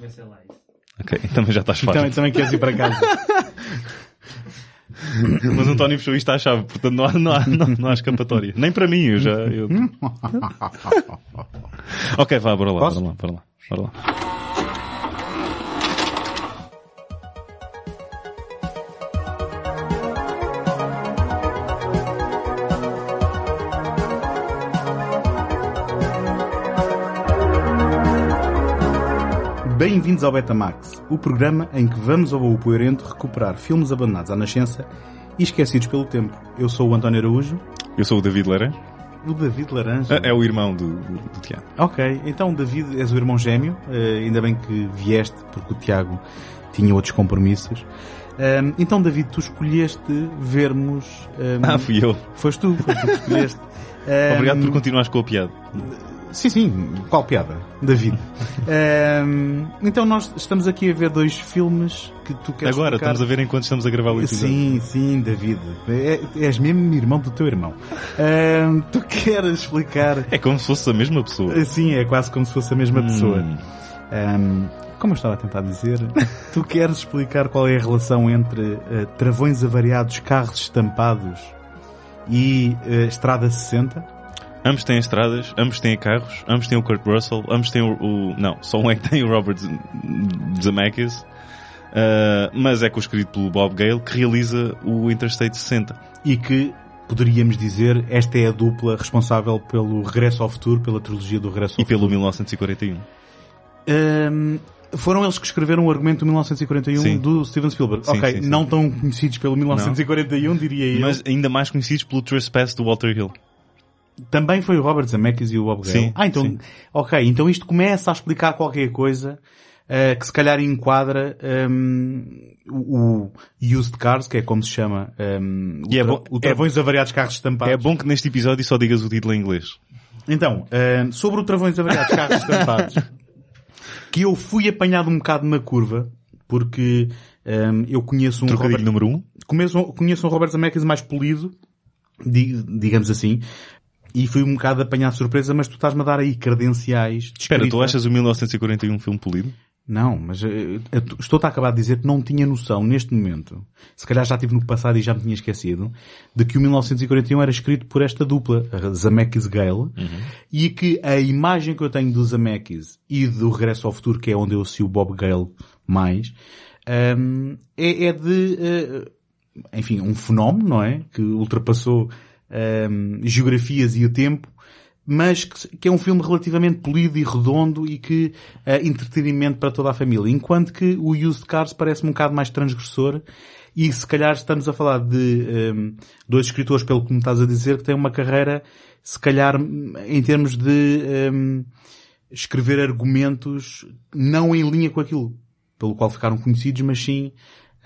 vai ser lá isso. Ok, então já estás fora. Também, também queres ir para casa. Mas António fechou isto à chave, portanto não há, não há, não, não há escapatória. Nem para mim, eu já. eu- um Ok, vá, bora lá, Posso? bora lá, bora lá, bora lá. Bem-vindos ao Betamax, o programa em que vamos ao baú poerento recuperar filmes abandonados à nascença e esquecidos pelo tempo. Eu sou o António Araújo, Eu sou o David Laranja. o David Laranja. É é o irmão do, do, do Tiago. Ok, então David és o irmão gêmeo, eh, ainda bem que vieste porque o Tiago tinha outros compromissos. Ahm, então David, tu escolheste vermos... ahm, Ah, fui eu. Foste tu, foste tu que escolheste. Ahm, Obrigado por continuares com a piada. Sim, sim, qual piada? David. Ahm, então nós estamos aqui a ver dois filmes que tu queres Agora, colocar- estamos a ver enquanto estamos a gravar o episódio. Sim, sim, David. É, és mesmo irmão do teu irmão. Ahm, tu queres explicar... É como se fosse a mesma pessoa. Sim, é quase como se fosse a mesma pessoa. Hum, Ahm, como eu estava a tentar dizer, tu queres explicar qual é a relação entre eh, travões avariados, carros estampados e eh, Estrada 60? ambos têm estradas, ambos têm carros, ambos têm o Kurt Russell, ambos têm o. o- não, só um é que tem o Robert Z- Zemeckis. Ah, mas é co-escrito pelo Bob Gale que realiza o Interstate 60. e que poderíamos dizer esta é a dupla responsável pelo Regresso ao Futuro, pela trilogia do Regresso E um. ao Futuro. pelo 1941. Hum, foram eles que escreveram o argumento do 1941 Sim. do Steven Spielberg. Sim, ok, sim, sim. não tão conhecidos pelo 1941, diria eu. Mas ainda mais conhecidos pelo Trespass do Walter Hill. Também foi o Robert Zemeckis e o Bob Gale. Sim, ah, então, sim. ok, então isto começa a explicar qualquer coisa eh, que se calhar enquadra hum, o o Used Cars, que é como se chama hum, o, E é tra- bom- o Travões Avariados Carros Estampados. É bom que neste episódio só digas o título em inglês. Então, ahm, sobre o travões avariados, carros estampados, que eu fui apanhado um bocado na curva, porque ahm, eu conheço um Trocadilho Robert, número 1. Um. conheço, um- conheço um Robert Zemeckis mais polido, di- digamos assim, e fui um bocado apanhado de surpresa, mas tu estás-me a dar aí credenciais de Espera, tu escrita. achas o 1941 um filme polido? Não, mas eh, eu t- estou-te a acabar de dizer que não tinha noção, neste momento, se calhar já tive no passado e já me tinha esquecido, de que o 1941 era escrito por esta dupla, Zemeckis Gale, e que a imagem que eu tenho do Zemeckis e do Regresso ao Futuro, que é onde eu sei o Bob Gale mais, ahm, é, é de, eh, enfim, um fenómeno, não é? Que ultrapassou ahm, geografias e o tempo, mas que, se- que é um filme relativamente polido e redondo e que é entretenimento para toda a família. Enquanto que o Used Cars parece-me um bocado mais transgressor e se calhar estamos a falar de ehm, dois escritores, pelo que me estás a dizer, que têm uma carreira, se calhar, hum, em termos de ehm, escrever argumentos não em linha com aquilo pelo qual ficaram conhecidos, mas sim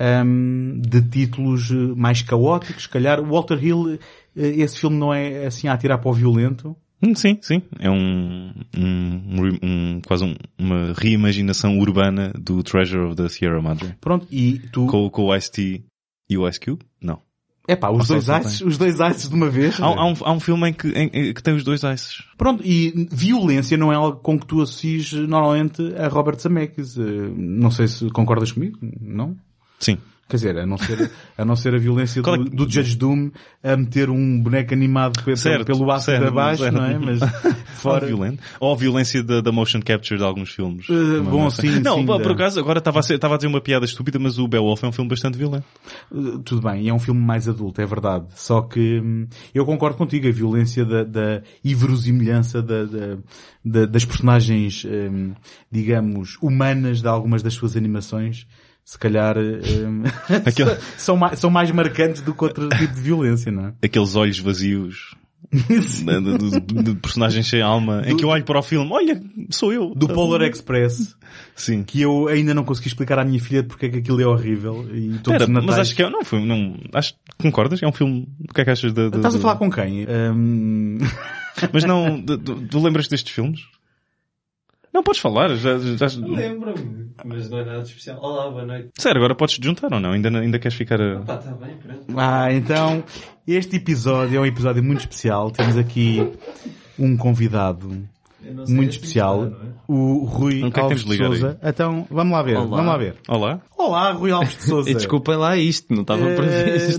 ehm, de títulos eh, mais caóticos, se calhar. O Walter Hill, eh, esse filme não é assim a atirar para o violento. Hum, Sim, sim. É um, um, um re- um- quase um- uma reimaginação urbana do Treasure of the Sierra Madre. Pronto, e tu... Com, com o Ice-T e o Ice Cube? Não. É pá, os Ou dois só ices, os dois ices de uma vez. Há, um- há um, há um filme em que, em- em que tem os dois Ices. Pronto, e violência não é algo com que tu associes eh, normalmente a Robert Zemeckis. Eh, Não sei se concordas comigo, não? Sim. Quer dizer, a não ser a, não ser a violência Qual é do, que- do Judge Doom a meter um boneco animado pelo, Certo, pelo aço certo, de abaixo, certo. não é? Mas Fora. fora... Violento. Ou a violência da, da motion capture de alguns filmes. Eh, bom, não sei. sim, Não, sim, pá, por da- acaso, agora estava a, ser- estava a dizer uma piada estúpida, mas o Beowulf é um filme bastante violento. Uh, Tudo bem, e é um filme mais adulto, é verdade. Só que hum, eu concordo contigo, a violência da, da inverosimilhança da, da- da- das personagens, hum, digamos, humanas de algumas das suas animações, se calhar hum, Aquele- são, mais, são mais marcantes do que outro tipo de violência, não é? Aqueles olhos vazios. de, de- de- de personagens sem alma, em que eu olho para o filme, olha, sou eu. Do Polar Express, Sim. que eu ainda não consegui explicar à minha filha porque é que aquilo é horrível. E todos Pera, os natais... mas acho que é, não foi, não, acho, concordas? É um filme, o que é que achas da... da- Estás a da- falar com quem? Hum, Mas não, de- de- tu lembras destes filmes? Não, podes falar, já, já, Lembro-me, mas não é nada de especial. Olá, boa noite. sério, agora podes te juntar ou não? Ainda, não- ainda queres ficar a... Pá, tá bem, pronto. Ah, então, este episódio é um episódio muito especial. Temos aqui um convidado Eu não sei muito se especial, está, não é? o Rui Então, o que é que Alves temos de de ligar Souza. Então, vamos lá ver, Olá. vamos lá ver. Olá. Olá, Rui Alves de Souza. E desculpem lá isto, não estava previsto.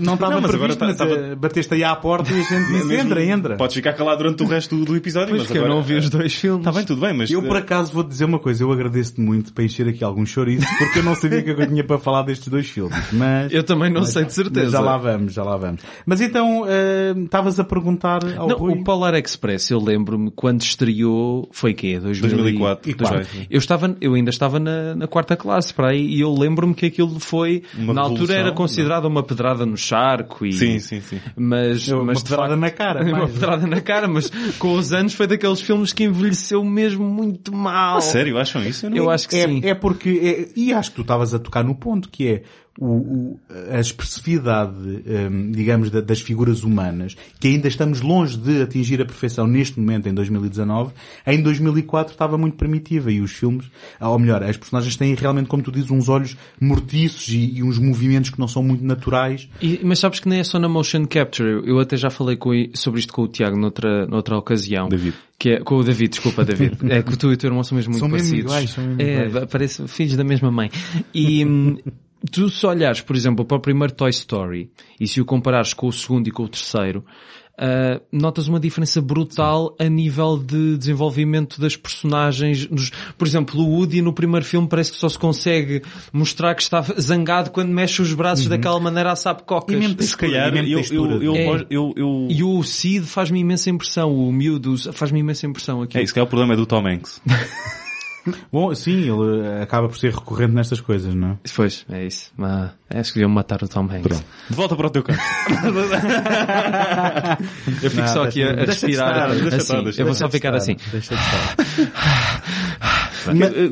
Eh, Não estava Não, mas agora previsto, mas tá- eh, bateste aí à porta e a gente disse, entra, entra. Podes ficar calado durante o resto do, do episódio, Pois mas que eu agora... não vi os dois filmes. Está bem, tudo bem, mas... Eu por acaso vou dizer uma coisa, eu agradeço-te muito para encher aqui algum chouriço, porque eu não sabia o que é que eu tinha para falar destes dois filmes, mas... Eu também não sei de certeza. mas já lá vamos, já lá vamos. Mas então, eh, estavas a perguntar ao Não, Rui... o Polar Express, eu lembro-me quando estreou, foi quê? 2000 e- 2004. 2004. Eu, estava, eu ainda estava na, na quarta classe para aí e eu lembro-me que aquilo foi, Uma na altura revolução, era considerada uma pedrada no charco e... Sim, sim, sim. Mas, é? Uma mas de pedrada facto- na cara, Uma mais. é? pedrada na cara, mas com os anos foi daqueles filmes que envelheceu mesmo muito mal. A sério, acham isso? Eu não- Eu acho que é, sim. é porque, é- e acho que tu estavas a tocar no ponto que é o, o- a expressividade, hum, digamos, da- das figuras humanas, que ainda estamos longe de atingir a perfeição neste momento, em 2019, em 2004 estava muito primitiva e os filmes, ou melhor, as personagens têm realmente, como tu dizes, uns olhos mortiços e, e uns movimentos que não são muito naturais. E- mas sabes que nem é só na motion capture. Eu- Eu até já falei com i- sobre isto com o Tiago noutra, noutra ocasião. David. Que é, com o David, desculpa, David. É que tu e o teu irmão são mesmo muito São mesmo parecidos. iguais, são mesmo é, iguais. parece filhos da mesma mãe. E hum, tu se olhares, por exemplo, para o primeiro Toy Story e se o comparares com o segundo e com o terceiro, ah, notas uma diferença brutal a nível de desenvolvimento das personagens. Nos, por exemplo, o Woody no primeiro filme parece que só se consegue mostrar que está zangado quando mexe os braços Uhum. daquela maneira a sapcocas. E mesmo Se calhar, Mesmo eu, textura. eu, eu, É. eu, eu, E o Cid faz-me imensa impressão, o miúdo faz-me imensa impressão aqui. É, isso que é o problema é do Tom Hanks. Bom, sim, ele eh, acaba por ser recorrente nestas coisas, não é? Pois, é isso. Mas acho que deviam matar o Tom Hanks. De volta para o teu canto. Eu fico Não, só aqui a, a deixa- deixa de respirar. estar, deixa de assim. estar, deixa eu vou de só ficar assim. Deixa de estar. Mas, eh,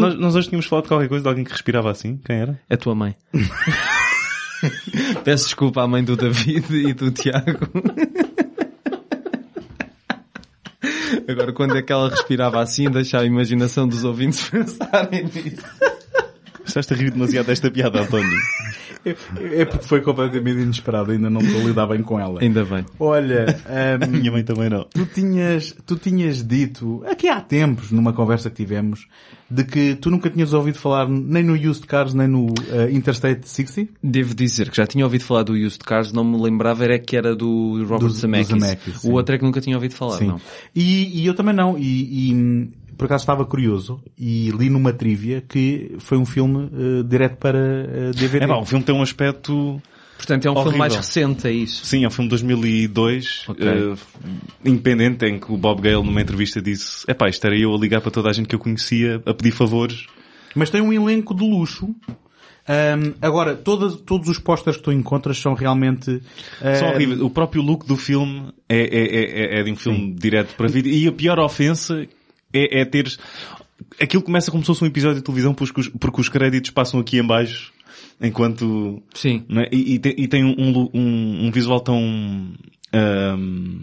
nós, nós hoje tínhamos falado de qualquer coisa de alguém que respirava assim. Quem era? A tua mãe. Peço desculpa à mãe do David e do Tiago. Agora, quando é que ela respirava assim, deixa a imaginação dos ouvintes pensarem nisso. Estás a rir demasiado desta piada, António. É porque foi completamente inesperado, ainda não estou a lidar bem com ela. Ainda bem. Olha, ahm, Minha mãe também não. tu, tinhas, tu tinhas dito, aqui há tempos, numa conversa que tivemos, de que tu nunca tinhas ouvido falar nem no Used Cars, nem no ah, Interstate 60, Devo dizer que já tinha ouvido falar do Used Cars, não me lembrava era que era do Robert Do- do Zemeckis. Zemeckis, sim. o outro é que nunca tinha ouvido falar, não. E, e eu também não. E, e, hum, por acaso estava curioso e li numa trivia que foi um filme ah, direto para ah, DVD. É pá, o filme tem um aspecto... Portanto, é um filme Horrível. mais recente, é isso. Sim, é um filme de 2002, Ok. eh, independente, em que o Bob Gale numa entrevista disse é pá, isto era eu a ligar para toda a gente que eu conhecia, a pedir favores. Mas tem um elenco de luxo. Ahm, agora, todas, todos os posters que tu encontras são realmente... ah, São horríveis. O próprio look do filme é, é, é, é de um filme direto para vídeo. E a pior ofensa é, é teres... Aquilo começa como se fosse um episódio de televisão porque os, porque os créditos passam aqui em baixo enquanto... Sim. não é? E, e tem, e tem um, um lu- um- um visual tão... ahm,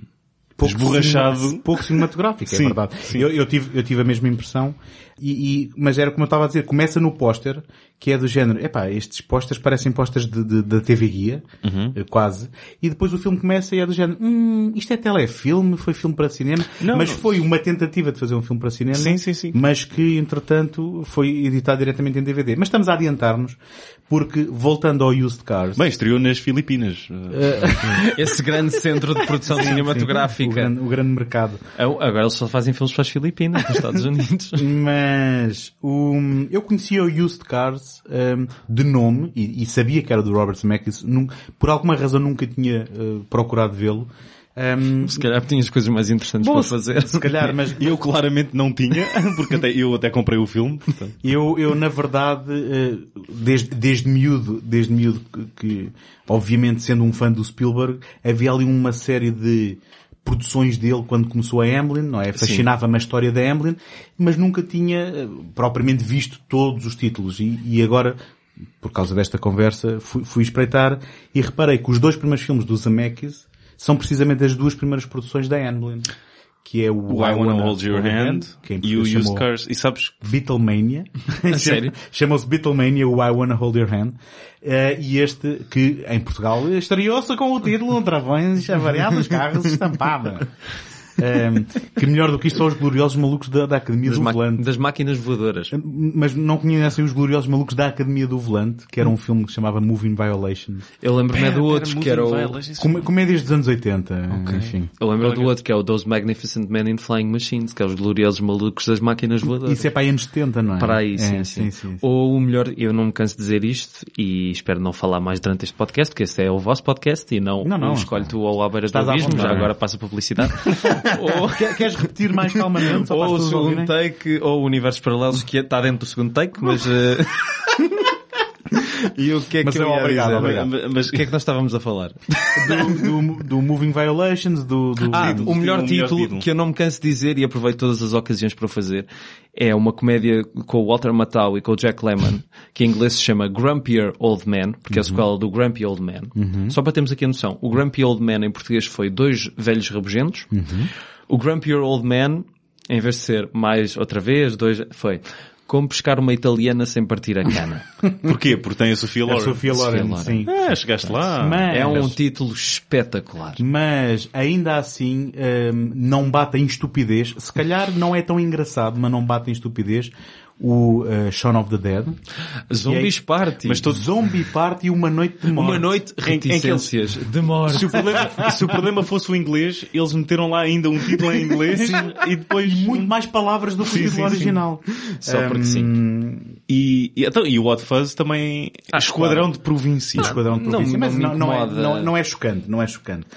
pouco esborrachado. cinema- pouco cinematográfico, Sim, é verdade. Eu, eu tive, eu tive a mesma impressão, e, e- mas era como eu estava a dizer, começa no póster, que é do género, epá, estes pósteres parecem pósteres de- de- da TV Guia, Uhum. eh, quase, e depois o filme começa e é do género, hum, isto é telefilme, foi filme para cinema, Não, mas não. foi uma tentativa de fazer um filme para cinema, Sim, sim, sim. mas que entretanto foi editado diretamente em DVD. Mas estamos a adiantar-nos, porque voltando ao Used Cars, Bem, estreou nas Filipinas. Eh. Esse grande centro de produção o cinematográfica. grande- o grande mercado Eu- É Agora eles só fazem filmes para as Filipinas, nos Estados Unidos. Mas o, eu conhecia o Used Cars hum, de nome e, e sabia que era do Robert Zemeckis. Nun- por alguma razão nunca tinha eh, procurado vê-lo. Hum, Se calhar tinhas coisas mais interessantes Bom, para se- fazer. se calhar, mas Eu claramente não tinha, porque até, eu até comprei o filme. portanto. eu, eu na verdade, eh, desde, desde miúdo, desde miúdo que, que, obviamente sendo um fã do Spielberg, havia ali uma série de produções dele quando começou a Amblin, não é? Fascinava-me a história da Amblin, mas nunca tinha eh, propriamente visto todos os títulos e, e agora por causa desta conversa, fui, fui espreitar e reparei que os dois primeiros filmes do Zemeckis são precisamente as duas primeiras produções da Amblin, que é o, O I Wanna Hold Your Hand que é em e o português Used chamou- Cars. E sabes, Beatlemania. sério? Chamou-se Beatlemania, o I Wanna Hold Your Hand. Eh, e este, que um em Portugal estreou-se com o título Travões Avariados Carros Estampada. Ahm, Ehm, que melhor do que isto são os gloriosos malucos da, da Academia das, do ma- Volante. das máquinas voadoras. Mas não conhecem os gloriosos malucos da Academia do Volante, que era um filme que se chamava Moving Violation. Eu É, lembro-me é do outro que era o... Com- comédias dos anos 80, enfim. Eu lembro do outro que é o Those Magnificent Men in Flying Machines, que é os gloriosos malucos das máquinas voadoras. Isso é para aí anos 70, não é? Para aí, É, sim, sim. Ou o melhor, eu não me canso de dizer isto e espero não falar mais durante este podcast, que este é o vosso podcast e não, Não, não. o escolho tu ou à beira Estás do à abismo, já vontade. agora passa publicidade. ou Quer- Queres repetir mais calmamente? Só para as ou o pessoas segundo ouvirem? take, ou o universo paralelos que é- está dentro do segundo take, mas... eh, e o que é Uh. Mas que eu é ia obrigado, eh, dizer? obrigado. Mas- Mas o que é que nós estávamos a falar? do, do, do Moving Violations, do... do Ah, do- o melhor o melhor título, título. que eu não me canso de dizer e aproveito todas as ocasiões para o fazer é uma comédia com o Walter Matthau e com o Jack Lemmon, que em inglês se chama Grumpier Old Man, porque é a sequela do Grumpy Old Man. Só para termos aqui a noção, o Grumpy Old Man em português foi Dois Velhos Rabugentos. O Grumpier Old Man, em vez de ser mais outra vez, dois, foi Como Pescar uma Italiana Sem Partir a Cana. Porquê? Porque tem a Sofia a Loren. Sofia Loren, Loren. sim. Ah, chegaste lá. Mas- é um título espetacular. Mas, ainda assim, hum, não bate em estupidez. Se calhar não é tão engraçado, mas não bate em estupidez o uh, Shaun of the Dead. Zombies Party. Mas todo... Zombie Party e Uma Noite de Morte. Uma noite, Em- em que eles- reticências de morte. Se o, problema, se o problema fosse o inglês, eles meteram lá ainda um título em inglês e depois... um Muito mais palavras do que Sim, o sim, título original. Só porque sim. E, e, então, e o Odd Fuzz também... Ah, Esquadrão de Província. Porquê Esquadrão de Não, Província. não um Mas me não, não, é, incomoda. não, não é chocante, não é chocante.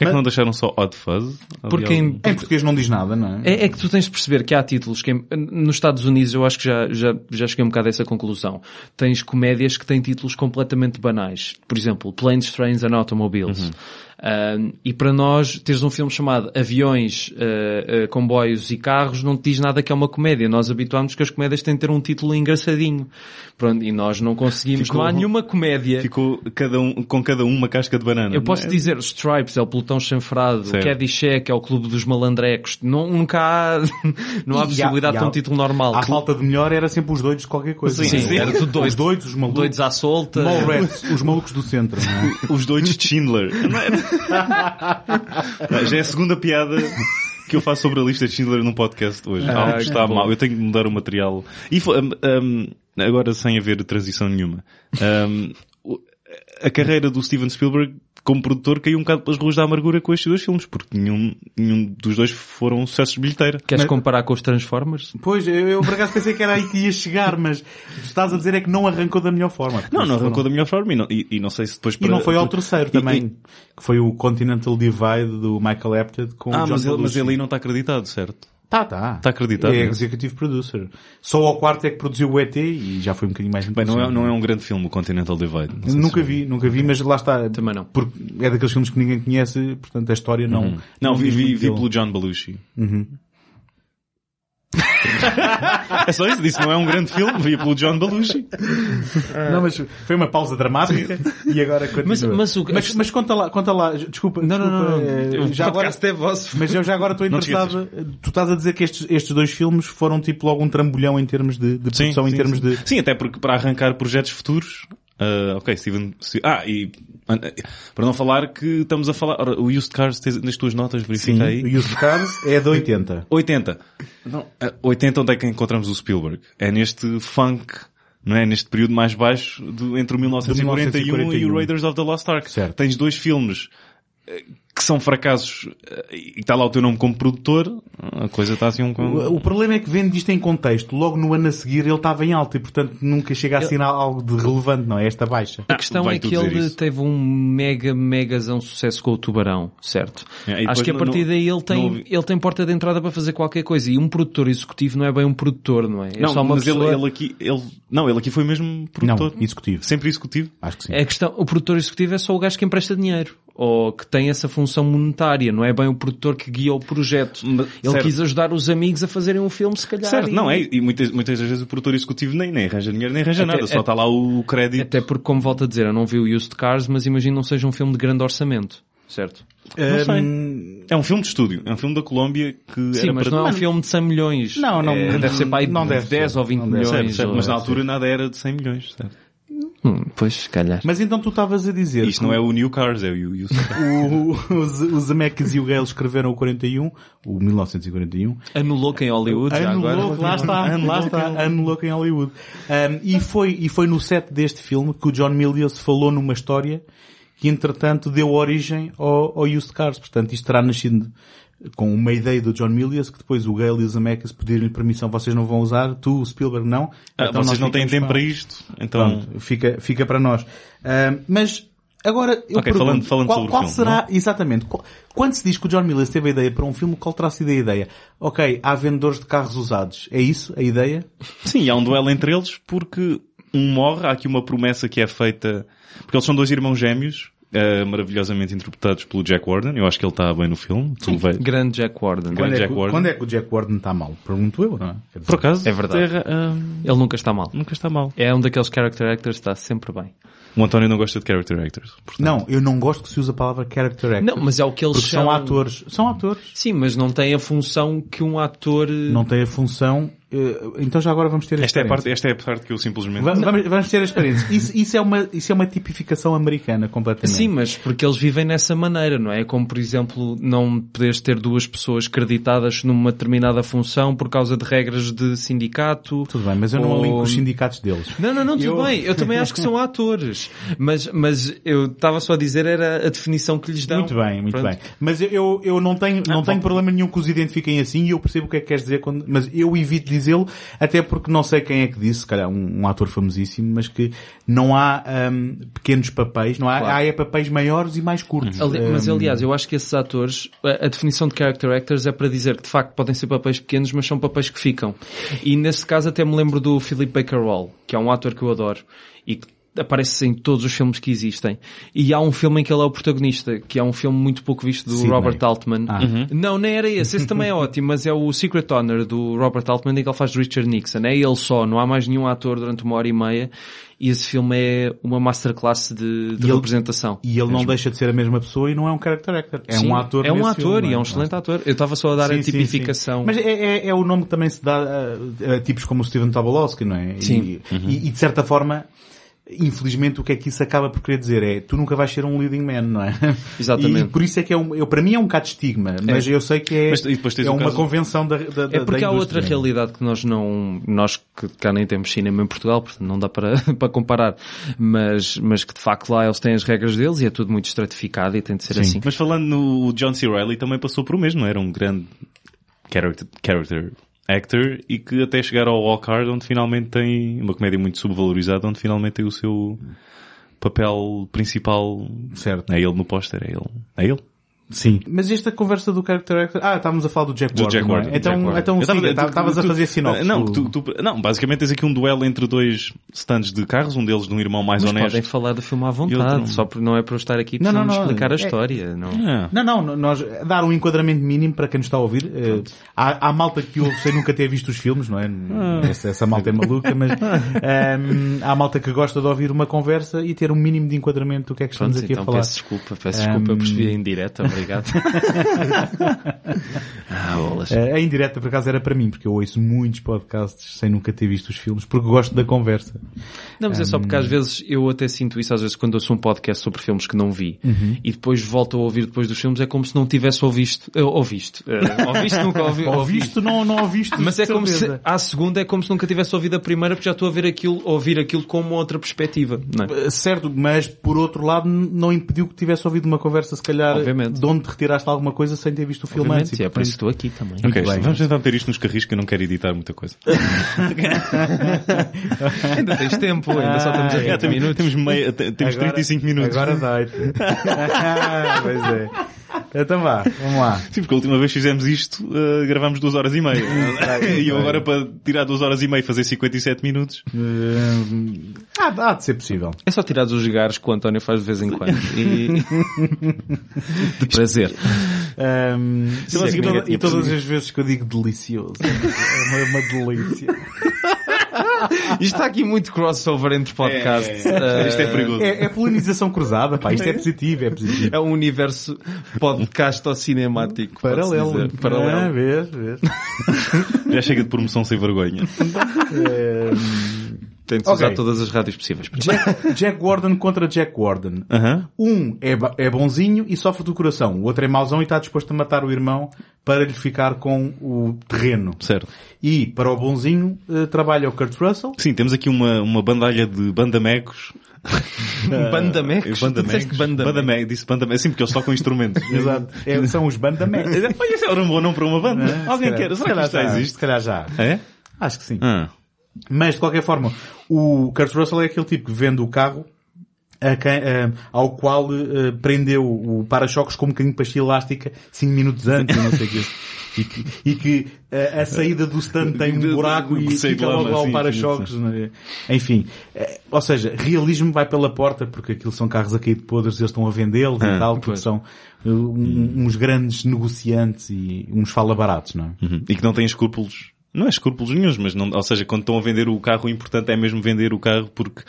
é que não deixaram só Odd Fuzz? Ali Porque em- algum- Em português não diz nada, não é? É, é que tu tens de perceber que há títulos que em- nos Estados Unidos eu acho que já, já, já cheguei um bocado a essa conclusão. Tens comédias que têm títulos completamente banais. Por exemplo, Planes, Trains and Automobiles. Uhum. Ah, e para nós, teres um filme chamado Aviões, ah, ah, Comboios e Carros não te diz nada que é uma comédia. Nós habituámos que as comédias têm de ter um título engraçadinho. Pronto, e nós não conseguimos. Ficou- não há nenhuma comédia. Ficou cada um, com cada um uma casca de banana. Eu não posso é? dizer Stripes é o pelotão chanfrado, Certo. Caddyshack é o clube dos malandrecos. Não, nunca há, não E há há- possibilidade e de ter um há- título normal. A falta de melhor era sempre os doidos de qualquer coisa. Sim, não é? sim. Era tudo doido. Os doidos, os malucos. Doidos à solta. Mallrats, os malucos do centro. Não é? Os doidos de Schindler. Não é? Já é a segunda piada que eu faço sobre a lista de Schindler num podcast hoje. Algo Ah, que está mal. Eu tenho que mudar o material. E fo- hum, hum, agora sem haver transição nenhuma. Hum, o- a carreira do Steven Spielberg como produtor caiu um bocado pelas ruas da amargura com estes dois filmes, porque nenhum, nenhum dos dois foram sucessos de bilheteira. Queres comparar com os Transformers? Pois, eu, eu por acaso pensei que era aí que ia chegar, mas o que estás a dizer é que não arrancou da melhor forma. Não, não arrancou da melhor forma e não, e- e não sei se depois... E para- não foi ao para- terceiro e- também, e- que foi o Continental Divide do Michael Apted com Ah, o John mas ele, mas Belushi. ele aí não está acreditado, certo? Tá, tá. Tá acreditado, É né? executive producer. Só ao quarto é que produziu o ET e já foi um bocadinho mais... Bem, não é, não assim, é um grande filme o Continental Divide. Não sei se- Nunca vi, nunca vi, mas lá está. Também não. Porque é daqueles filmes que ninguém conhece, portanto a história não... Não, vi, diz vi, muito vi dele. pelo John Belushi. é só isso, disse não é um grande filme, vi pelo John Belushi. Não, mas foi uma pausa dramática e agora continua. Mas- mas o- mas, mas conta lá, conta lá, desculpa. Não, não, desculpa, não. eh, não. O já agora, podcast é vosso. mas eu já agora estou Não te interessado. Tu estás a dizer que estes, estes dois filmes foram tipo logo um trambolhão em termos de, de produção, em termos sim. de... Sim, até porque para arrancar projetos futuros... ah, ok, Steven... Ste- Ah, e... ah, Para não falar que estamos a falar... Ora, o Used Cars, tens- nas tuas notas, verifica Sim, aí. e os Cars é de 80. 80. Não, ah, 80 onde é que encontramos o Spielberg? É neste funk, não é? Neste período mais baixo do, entre o 1941, e um. o 1941. Raiders of the Lost Ark. Certo. Tens dois filmes eh, que são fracassos eh, e está lá o teu nome como produtor, a coisa está assim um... O o problema é que vendo isto em contexto, logo no ano a seguir ele estava em alta e portanto nunca chega a assinar algo de relevante, não é? Esta baixa. A questão Ah, vai é tu que ele dizer isso. teve um mega, megazão sucesso com o Tubarão, certo? É, e depois Acho que a não- partir não- daí ele tem, não houve- ele tem porta de entrada para fazer qualquer coisa. E um produtor executivo não é bem um produtor, não é? É Não, só uma mas ele, pessoa- ele aqui, ele, não, ele aqui foi mesmo Não, produtor. executivo. Sempre executivo. Acho que sim. É questão, o produtor executivo é só o gajo que empresta dinheiro ou que tem essa função monetária, não é bem o produtor que guia o projeto. Mas- Ele certo. quis ajudar os amigos a fazerem um filme, se calhar. Certo, e- não é? E muitas, muitas das vezes o produtor executivo nem, nem arranja dinheiro, nem arranja Até- nada, só a- está lá o crédito. Até porque, como volto a dizer, eu não vi o Used Cars, mas imagino não seja um filme de grande orçamento. Certo? não sei. Hum, É um filme de estúdio, é um filme da Colômbia que Sim, era mas para... não é um filme de 100 milhões. Não, não, É, deve ser para aí não de deve 10 ser. ou 20 Não deve milhões. Certo, certo, ou- mas na altura nada era de 100 milhões, certo? Hum, pois, se calhar. Mas então tu estavas a dizer. Isto não é o New Cars, é o Yu o, os, os Zemeckis e o Gale escreveram o 41, o 1941. Anulou quem Hollywood, já Anulou, agora. lá está, lá está, anulou em Hollywood. Um, e, foi, e foi no set deste filme que o John Milius falou numa história que entretanto deu origem ao, ao Used Cars. Portanto, isto terá nascido com uma ideia do John Milius que depois o Gale e o Zemeckis pediram-lhe permissão, vocês não vão usar, tu, o Spielberg, não. Ah, Então vocês nós não têm ficamos tempo com- para isto, então... Pronto, Hum. fica, fica para nós. Ahm, mas agora eu Ok, pergunto, falando- falando qual, sobre o qual filme, será, exatamente, qual- quando se diz que o John Miller teve a ideia para um filme, qual terá sido a ideia? Ok, há vendedores de carros usados. É isso a ideia? Sim, há um duelo entre eles porque um morre, há aqui uma promessa que é feita... Porque eles são dois irmãos gêmeos, eh, maravilhosamente interpretados pelo Jack Warden. Eu acho que ele está bem no filme. Tu ve- Grande Jack Warden. Grande- Quando é, que, Jack Warden. quando é que o Jack Warden está mal? Pergunto eu, não é? Quer dizer, Por acaso, É verdade. Terra, ah, Ele nunca está mal. nunca está mal. É um daqueles character actors que está sempre bem. O António não gosta de character actors. portanto. Não, eu não gosto que se use a palavra character actor. Não, mas é o que eles porque são atores. São atores. Sim, mas não tem a função que um ator... Não têm a função. eh, Então já agora vamos ter a Esta é, a parte, experiência. esta é a parte que eu simplesmente... Va- Vamos, vamos ter a experiência. Isso, isso, é uma, isso é uma tipificação americana completamente. Sim, mas porque eles vivem nessa maneira, não é? Como, por exemplo, não poderes ter duas pessoas creditadas numa determinada função por causa de regras de sindicato. Tudo bem, mas eu não Ou- alinho com os sindicatos deles. Não, não, não, tudo bem. Eu também acho que são atores. Mas, mas eu estava só a dizer era a definição que lhes dão. Muito bem, muito Então, Pronto. bem. Mas eu- eu, eu não tenho, não Ah, tenho bom. problema nenhum que os identifiquem assim e eu percebo o que é que queres dizer quando, mas eu evito dizê-lo até porque não sei quem é que disse, se calhar um, um ator famosíssimo, mas que não há ahm, pequenos papéis, não há, Claro. Uhum. há é papéis maiores e mais curtos. Ali- mas Ahm, aliás, eu acho que esses atores, a, a definição de character actors é para dizer que de facto podem ser papéis pequenos, mas são papéis que ficam. E nesse caso até me lembro do Philip Baker Hall, que é um ator que eu adoro e que aparece em todos os filmes que existem. E há um filme em que ele é o protagonista, que é um filme muito pouco visto do Sidney. Robert Altman. Ah. Não, nem era esse. Esse também é ótimo, mas é o Secret Honor do Robert Altman em que ele faz Richard Nixon. É ele só, não há mais nenhum ator durante uma hora e meia. E esse filme é uma masterclass de, de E ele- representação. E ele não deixa de ser a mesma pessoa e não é um character actor. É Sim, um ator É um nesse ator filme, e é não um excelente ator. Eu estava só a dar Sim, sim, a sim. tipificação. Mas é, é- é o nome que também se dá a, a tipos como o Steven Tobolowsky, não é? E- Sim. E, Uhum. e, de certa forma, infelizmente, o que é que isso acaba por querer dizer é tu nunca vais ser um leading man, não é? E Exatamente. por isso é que é um, eu, para mim é um bocado de estigma, mas eu sei que é, Mas e depois tens é o uma caso- convenção da, da, da É porque da há outra indústria. realidade que nós não, nós que cá nem temos cinema em Portugal, portanto não dá para, para comparar, mas, mas que de facto lá eles têm as regras deles e é tudo muito estratificado e tem de ser assim. Mas falando no o John C. Reilly também passou por o mesmo, era um grande character, character actor e que até chegar ao Walk Hard onde finalmente tem uma comédia muito subvalorizada onde finalmente tem o seu papel principal. Certo. É ele no póster, é ele. É ele? Sim. Mas esta conversa do character actor... Ah, estávamos a falar do Jack Do Warden. Jack não é? Warden. do Então, Jack Warden. então Eu tava- siga, tu- estavas a tu- fazer sinopse. Não, do- tu- tu- não, basicamente tens aqui um duelo entre dois stands de carros, um deles de um irmão mais Mas é honesto. podem falar do filme à outro não. vontade, só por, não é para eu estar aqui Não, não, não, não, explicar é- a história. Não. Ah. Não, não, nós dar um enquadramento mínimo para quem nos está a ouvir. Eh, há, há malta que ouve sem nunca ter visto os filmes, não é? Essa, essa malta é maluca, mas ehm, há malta que gosta de ouvir uma conversa e ter um mínimo de enquadramento do que é que estamos Pronto, aqui então a falar. peço desculpa, peço desculpa, eu percebi em direto, obrigado. ah, bolas. Eh, a indireta, por acaso, era para mim, porque eu ouço muitos podcasts sem nunca ter visto os filmes, porque gosto da conversa. Não, mas é só porque às vezes eu até sinto isso, às vezes quando ouço um podcast sobre filmes que não vi e depois volto a ouvir depois dos filmes, é como se não tivesse ouvisto, eh, ouvisto, eh, ouvisto nunca ouvi, Ouviste, não, não ouviste, Mas de é como se, certeza. à segunda é como se nunca tivesse ouvido a primeira porque já estou a ver aquilo, a ouvir aquilo com uma outra perspectiva, não é? Eh, Certo, mas por outro lado n- não impediu que tivesse ouvido uma conversa, se calhar, Obviamente. de onde retiraste alguma coisa sem ter visto o filme antes. Obviamente, e, é por isso que portanto, estou aqui também. Ok, bem. vamos tentar meter isto nos carris que eu não quero editar muita coisa. ainda tens tempo, ainda só estamos a Ah, é, 20 temos minutos. temos, meia, te- temos 35 minutos. Agora dá-te. Ah, pois é. Então vá, vamos lá. Sim, porque a última vez que fizemos isto, eh, gravámos duas horas e meia. É e eu agora para tirar duas horas e meia e fazer 57 minutos. Hum, há, há de ser possível. É só tirar os jogares que o António faz de vez em quando. E... de prazer. Hum, é que e, toda- ninguém tinha e todas as vezes que eu digo delicioso, é uma, é uma delícia. Isto está aqui muito crossover entre podcasts. Eh, Isto é perigoso. É, é polinização cruzada, pá, isto é positivo, é positivo. É um universo podcast ou cinemático. pode-se Paralelo. dizer. Ah, Paralelo. vês, vês. Já chega de promoção sem vergonha. Hum, Tem de Ok. usar todas as rádios possíveis. Jack, Jack Gordon contra Jack Gordon. Aham. Um é, ba- é bonzinho e sofre do coração. O outro é mauzão e está disposto a matar o irmão para lhe ficar com o terreno. Certo. E para o bonzinho eh, trabalha o Kurt Russell. Sim, temos aqui uma, uma bandalha de bandamecos. É, Um Eh, Bandamecos? Tu disseste Bandamecos. que bandamecos? Bandame- Disse bandamecos. É Sim, porque eles tocam instrumentos. Exato. É, são os Bandaman. Olha, isso era um bom nome para uma banda. Alguém é? Se quer? Será que calhar- se calhar isto já já- existe? Se calhar já. É? Acho que sim. Ah. Mas, de qualquer forma, o Kurt Russell é aquele tipo que vende o carro a quem- eh, ao qual eh, prendeu o para-choques com um bocadinho de pastilha elástica 5 minutos antes, não sei o quê. E que, e que, eh, a saída do stand tem um buraco e Cheio de fica logo lama, lá sim, o para-choques. não é? Enfim, eh, ou seja, realismo vai pela porta porque aquilo são carros a cair de podres, eles estão a vendê-los Ah, e tal, porque pois. são eh, um- uns grandes negociantes e uns fala baratos, não é? Uhum. E que não têm escrúpulos. Não é escrúpulos nenhums, mas não, ou seja, quando estão a vender o carro, o importante é mesmo vender o carro porque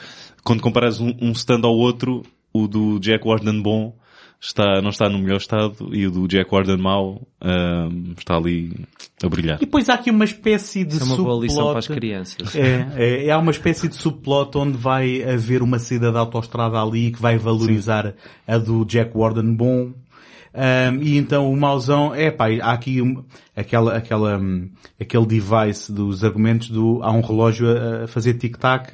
quando comparas um, um stand ao outro, o do Jack Warden bom está, não está no melhor estado e o do Jack Warden mau ahm, está ali a brilhar. E depois há aqui uma espécie de É uma boa lição para as subplot crianças. É, é, há uma espécie de subplot onde vai haver uma saída da autoestrada ali que vai valorizar a do Jack Warden bom. Ahm, e então o mauzão, é pá, há aqui um- aquela, aquela, hum, aquele device dos argumentos do, há um relógio a, a fazer tic-tac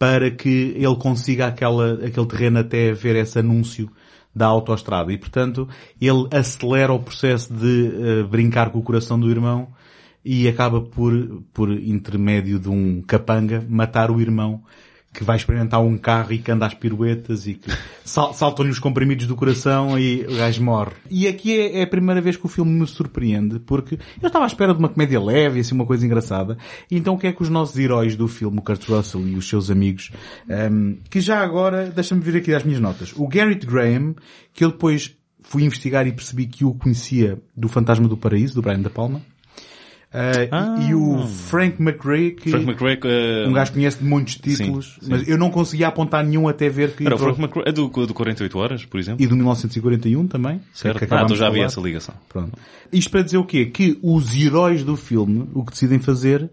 para que ele consiga aquela, aquele terreno até ver esse anúncio da autoestrada. E portanto, ele acelera o processo de eh, brincar com o coração do irmão e acaba por, por intermédio de um capanga, matar o irmão que vai experimentar um carro e que anda às piruetas e que sal- saltam-lhe os comprimidos do coração e o gajo morre. E aqui é, é a primeira vez que o filme me surpreende porque eu estava à espera de uma comédia leve, assim, uma coisa engraçada. E então o que é que os nossos heróis do filme, o Kurt Russell e os seus amigos, ehm, que já agora, deixa-me vir aqui às minhas notas. O Garrett Graham, que eu depois fui investigar e percebi que o conhecia do Fantasma do Paraíso, do Brian da Palma. Eh, Ah. e, e o Frank McRae, que Frank McRae, eh, um gajo conhece de muitos títulos, Sim, sim. mas eu não conseguia apontar nenhum até ver que era o entrou- Frank McRae, é do, do 48 Horas, por exemplo. e do 1941 também. Certo. que Ah, acabámos então já de havia falar. essa ligação. Pronto. Isto para dizer o quê? Que os heróis do filme, o que decidem fazer,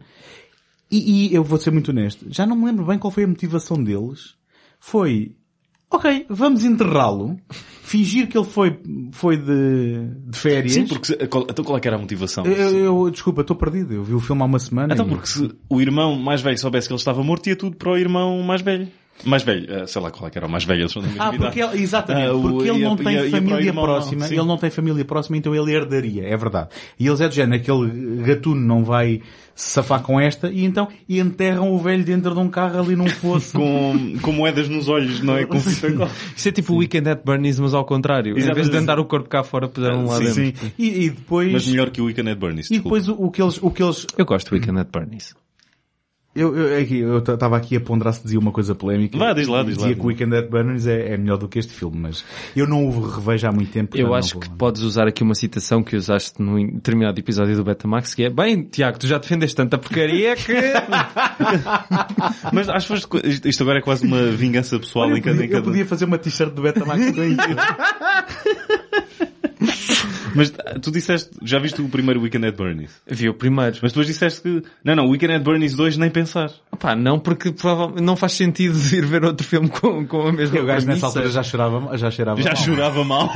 e, e eu vou ser muito honesto, já não me lembro bem qual foi a motivação deles. Foi, ok, vamos enterrá-lo, fingir que ele foi, foi de, de férias. Sim, porque se- qual, então qual é que era a motivação? Eu, eu- eu- desculpa, estou perdido. Eu vi o filme há uma semana. Então e- porque se o irmão mais velho soubesse que ele estava morto, ia tudo para o irmão mais velho. Mais velho, eh, sei lá qual é que era o mais velho, eles são da mesma Ah, idade. porque ele, exatamente, Ah, o- porque ele ia- não ia- tem ia para o família irmão, não, próxima, sim. ele não tem família próxima, então ele herdaria, é verdade. E eles é do género, aquele gatuno não vai se safar com esta, e então e enterram o velho dentro de um carro ali num fosso. com, com moedas nos olhos, não é? Com fita cola. Isso é tipo o Weekend at Bernie's, mas ao contrário. em vez Exatamente. de andar o corpo cá fora, puseram lá dentro. Sim. E, e depois, um Mas melhor que o Weekend at Bernie's, e desculpa. depois o, o que eles, o que eles, Eu gosto do Weekend at Bernie's. eu eu- aqui, eu estava aqui a ponderar se dizia uma coisa polémica. Vá, diz lá, diz lá. Dizia que o Weekend at Bernie's é, é melhor do que este filme, mas eu não o revejo há muito tempo. Eu portanto acho não que vou- podes usar aqui uma citação que usaste num determinado episódio do Betamax, que é Bem, Tiago, tu já defendeste tanta porcaria que... Mas acho que foste co- isto- isto agora é quase uma vingança pessoal Olha, em eu, cada, podia, em cada... eu podia fazer uma t-shirt do Betamax com isso. Mas ah, tu disseste, já viste o primeiro Weekend at Bernie's? Vi o primeiro. Mas depois disseste que, não, não, Weekend at Bernie's 2 nem pensar. Pá, não, porque provavelmente não faz sentido ir ver outro filme com, com a mesma O gajo nessa premissa. altura já chorava, já cheirava Já mal. jurava mal.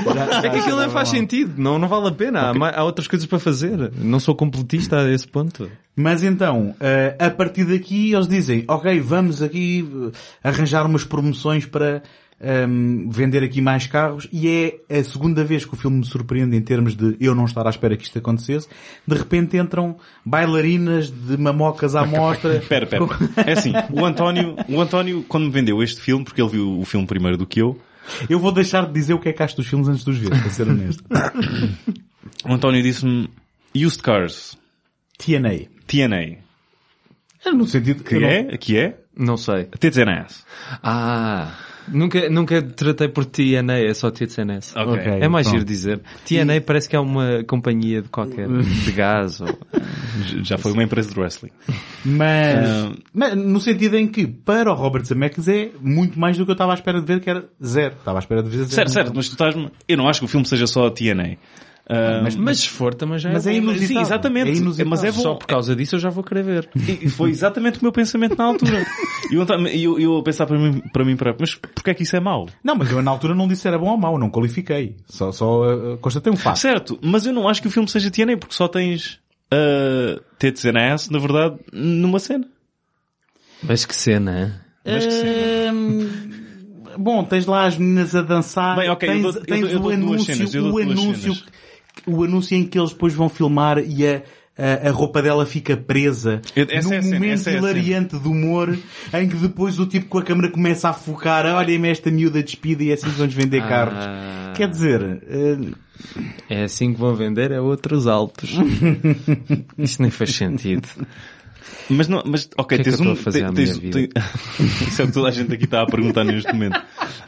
É que aquilo não faz sentido, não, não vale a pena. Há, ma- há outras coisas para fazer. Não sou completista a esse ponto. Mas então, eh, a partir daqui eles dizem, ok, vamos aqui eh, arranjar umas promoções para ehm, vender aqui mais carros e é a segunda vez que o filme me surpreende em termos de eu não estar à espera que isto acontecesse. De repente entram bailarinas de mamocas à mostra. Pera, pera. É assim, o António, o António, quando me vendeu este filme, porque ele viu o filme primeiro do que eu, Eu vou deixar de dizer o que é que acho dos filmes antes dos ver, para ser honesto. o António disse-me, used cars, TNA. TNA. É No sentido Que eu não- é? Que é? Não sei. TNS. Ah, nunca, nunca tratei por TNA, é só TCNS. Ok. Ok. É mais pronto. giro dizer. TNA parece que é uma companhia de qualquer, de gás ou... Já foi uma empresa de wrestling. Mas, Ah. mas no sentido em que para o Robert Zemeckis é muito mais do que eu estava à espera de ver, que era zero. Estava à espera de ver zero. É Certo, certo, mas tu estás-me. Eu não acho que o filme seja só a TNA. Ah, Mas, mas se for, também já Mas é é bom. inusitado. Sim, exatamente. É inusitado. Mas é bom. Só por causa disso eu já vou querer ver. E foi exatamente o meu pensamento na altura. E eu, eu, eu a pensar para mim, para mim próprio, mas porquê é que isso é mau? Não, mas eu na altura não disse se era bom ou mau, não qualifiquei. Só, só eh, constatei um Ah. facto. Certo, mas eu não acho que o filme seja TNA, porque só tens uh, tits and ass, na verdade, numa cena. Mas que cena. Mas que cena. Hum, Bom, tens lá as meninas a dançar, Bem, ok, eu tens, dou- eu tens dou- eu o dou duas anúncio, cenas, eu dou o duas anúncio, cenas. o anúncio em que eles depois vão filmar e a, a, a roupa dela fica presa Eu- essa num é a cena, momento essa é a hilariante de humor em que depois o tipo com a câmera começa a focar, olhem-me esta miúda despida e é assim que vão-nos vender carros. Ah, Quer dizer, eh, é assim que vão vender a outros altos. Isso nem faz sentido. Mas, não, mas ok, que é que tens eu um. estou a fazer te- à tens- minha vida? te- Isso é o que toda a gente aqui está a perguntar neste momento.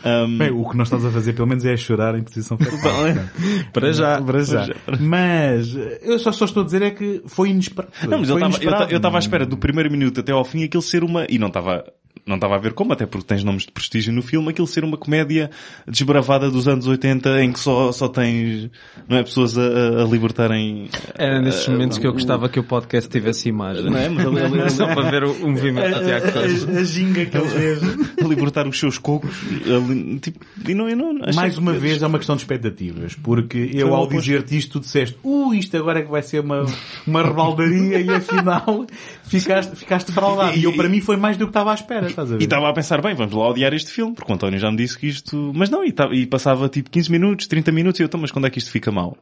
Um, bem, o que nós estamos a fazer pelo menos é chorar em posição fetal. é. para já. Para já. Mas eh, eu só, só estou a dizer é que foi inesperado. Não, mas eu estava- eu ta- Foi inesperado. eu estava à espera do primeiro minuto até ao fim aquilo ser uma. E não estava. Não estava a ver como, até porque tens nomes de prestígio no filme, aquilo ser uma comédia desbravada dos anos 80 em que só, só tens não é, pessoas a- a, a libertarem. Era nesses momentos que eu gostava que o podcast tivesse imagem. Não é? Mas Só para ver o, o movimento até à coisa. A, a, a ginga que ele fez. a libertar os seus cocos. ali, tipo, e não, e não, achei Mais que- uma vez é uma questão de expectativas, porque eu uma ao boa dizer-te isto tu disseste, uh, isto agora é que vai ser uma, uma rebaldaria e afinal ficaste, ficaste fraudado. E eu para mim foi mais do que estava à espera, estás a ver? E tá- estava a pensar, bem, vamos lá odiar este filme, porque o António já me disse que isto... Mas não, e, tava- e passava tipo 15 minutos, 30 minutos, e eu, então, mas quando é que isto fica mal?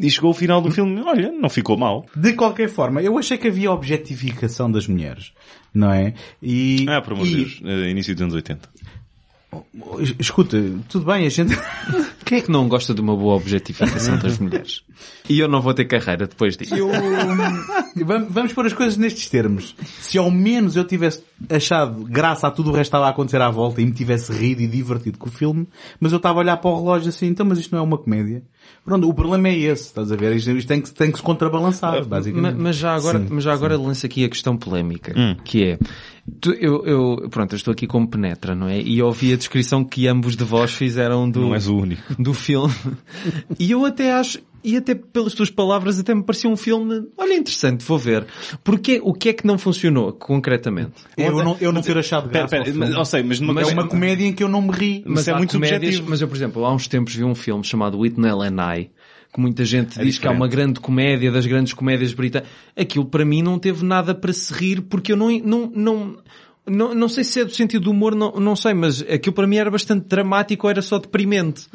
E chegou o final Hum? do filme, olha, não ficou mal. De qualquer forma, eu achei que havia objetificação das mulheres, não é? E, Ah, por amor de e- Deus, eh, início dos anos 80. es- Escuta, tudo bem, a gente... Quem é que não gosta de uma boa objetificação das mulheres? E eu não vou ter carreira depois disso. Eu, hum, vamos, vamos pôr as coisas nestes termos. Se ao menos eu tivesse achado graça a tudo o resto que estava a acontecer à volta e me tivesse rido e divertido com o filme, mas eu estava a olhar para o relógio assim, então mas isto não é uma comédia. Pronto, o problema é esse, estás a ver? Isto, isto tem, que, tem que se contrabalançar, Ma- basicamente. Mas já agora, Sim, mas já agora lanço aqui a questão polémica, que é, tu- eu, eu- pronto, eu estou aqui como penetra, não é? E eu ouvi a descrição que ambos de vós fizeram do, Não é. és o único. do filme. E eu até acho, e até pelas tuas palavras, até me parecia um filme, olha, interessante, vou ver. Porque o que é que não funcionou, concretamente? Eu não, eu não ter achado Pera, graça pera, ao filme. mas, ou sei, mas numa... Mas é uma comédia em que eu não me ri. Mas é há muito subjetivo. Mas eu, por exemplo, há uns tempos vi um filme chamado Whitney and I, que muita gente diz que é diferente. uma grande comédia, das grandes comédias britânicas. Aquilo para mim não teve nada para se rir, porque eu não, não, não, não, não sei se é do sentido do humor, não, não sei, mas aquilo para mim era bastante dramático ou era só deprimente.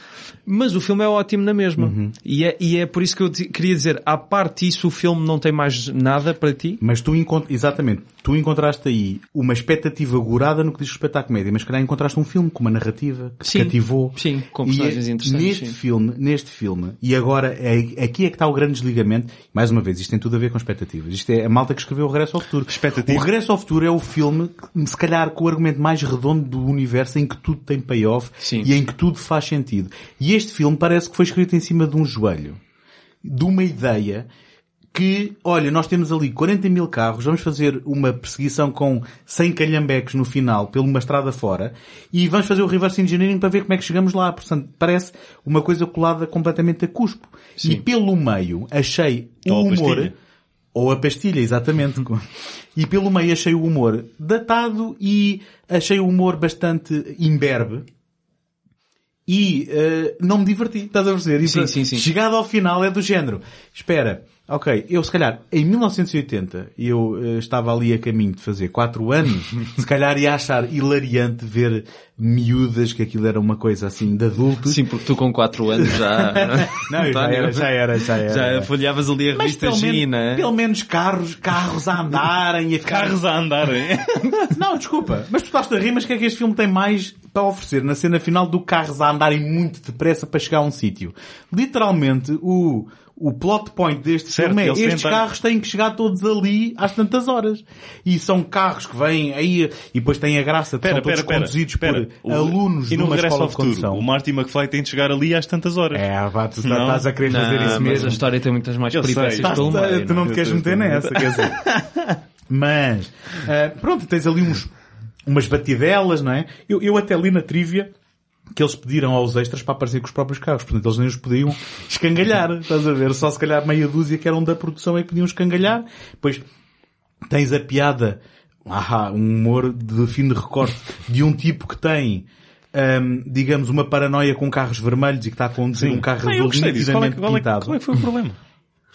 Mas o filme é ótimo na mesma. E, é, e é por isso que eu te- queria dizer, à parte isso, o filme não tem mais nada para ti? Mas tu encont... exatamente, tu encontraste aí uma expectativa gorada no que diz respeito à comédia, mas se calhar encontraste um filme com uma narrativa que te Sim. cativou. Sim, com personagens e, é interessantes, Neste sim. filme, neste filme, e agora é, aqui é que está o grande desligamento. Mais uma vez, isto tem tudo a ver com expectativas. Isto é a malta que escreveu o Regresso ao Futuro. Expectativa. O Regresso ao Futuro é o filme, que, se calhar, com o argumento mais redondo do universo em que tudo tem payoff Sim. e em que tudo faz sentido. E este filme parece que foi escrito em cima de um joelho de uma ideia que, olha, nós temos ali 40 mil carros, vamos fazer uma perseguição com 100 calhambeques no final, pela uma estrada fora, e vamos fazer o reverse engineering para ver como é que chegamos lá. Portanto, parece uma coisa colada completamente a cuspo. E pelo meio, achei o Ou a humor... pastilha. Ou a pastilha, exatamente. e pelo meio achei o humor datado e achei o humor bastante imberbe. E eh, não me diverti, estás a perceber? E Sim, pra- sim, sim. Chegado ao final é do género. Espera, ok, eu se calhar em 1980 eu eh, estava ali a caminho de fazer 4 anos, se calhar ia achar hilariante ver miúdas que aquilo era uma coisa assim de adulto. Sim, porque tu com 4 anos já... Não, eu já António, era, já era, já era. já folheavas ali a Mas revista pelo menos, Gina. é? pelo menos carros, carros a andarem e a ficar- Carros a andarem. Não, desculpa, mas tu estás a rir, mas o que é que este filme tem mais para oferecer na cena final do carros a andarem muito depressa para chegar a um sítio? Literalmente, o, o plot point deste Certo, filme é eles estes tentam- carros têm que chegar todos ali às tantas horas. E são carros que vêm aí e depois têm a graça de Pera, são todos pera, pera. conduzidos pera. por O- alunos E de no uma Regresso escola ao de Futuro, condução. o Marty McFly tem de chegar ali às tantas horas. É, vá, tu Não. estás a querer fazer isso Não, Ah, mas mesmo. a história tem muitas mais Eu sei. peripécias Estás- pelo Tá, meio. tu não é? não te queres meter nessa, quer dizer. Mas, eh, ah, pronto, tens ali uns, umas batidelas, não é? Eu, eu até li na trivia que eles pediram aos extras para aparecer com os próprios carros. Portanto, eles nem os podiam escangalhar, estás a ver? Só se calhar meia dúzia que eram da produção é que podiam escangalhar. Pois tens a piada, ah, um humor de fim de recorte, de um tipo que tem, ahm, digamos, uma paranoia com carros vermelhos e que está a conduzir um carro Ah, eu azul gostei disso. Qual é, que- nitidamente qual é que- pintado. qual é que foi o problema?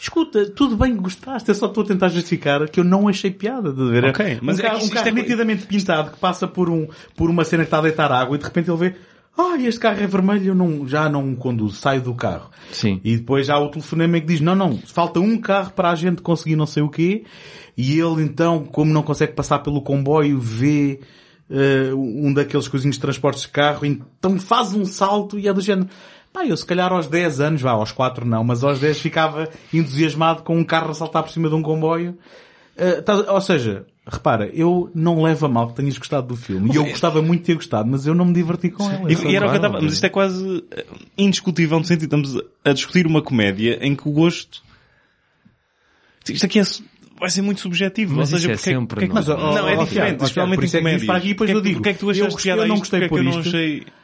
Escuta, tudo bem que gostaste, eu só estou a tentar justificar que eu não achei piada, de ver? Ok, mas um é carro, que um isto- carro isto é- nitidamente pintado que passa por, um, por uma cena que está a deitar água e de repente ele vê, ah, este carro é vermelho, eu não, já não o conduzo, saio do carro. é? Sim. E depois há o telefonema que diz, não, não, falta um carro para a gente conseguir não sei o quê. E ele então, como não consegue passar pelo comboio, vê eh, um daqueles coisinhos de transportes de carro, então faz um salto e é do género. Pá, eu se calhar aos 10 anos, vá, aos 4 não, mas aos 10 ficava entusiasmado com um carro a saltar por cima de um comboio. Eh, tá- ou seja, repara, eu não levo a mal que tenhas gostado do filme. E eu gostava muito de ter gostado, mas eu não me diverti com ele. E, Essa e era o que eu claro, estava, mas isto é quase eh, indiscutível no sentido, estamos a discutir uma comédia em que o gosto, isto aqui é, su- vai ser muito subjetivo, Mas ou isso seja, é porque, sempre, porque é que- não é? não, é Mas, ó, ó, ó, diferente, Tiago, especialmente por isso é em que vimos comédia. para aqui e depois Porque é eu que- digo, Porque é que tu eu achaste gostei, piada eu não a isto? gostei Porque é por que eu isto. não achei...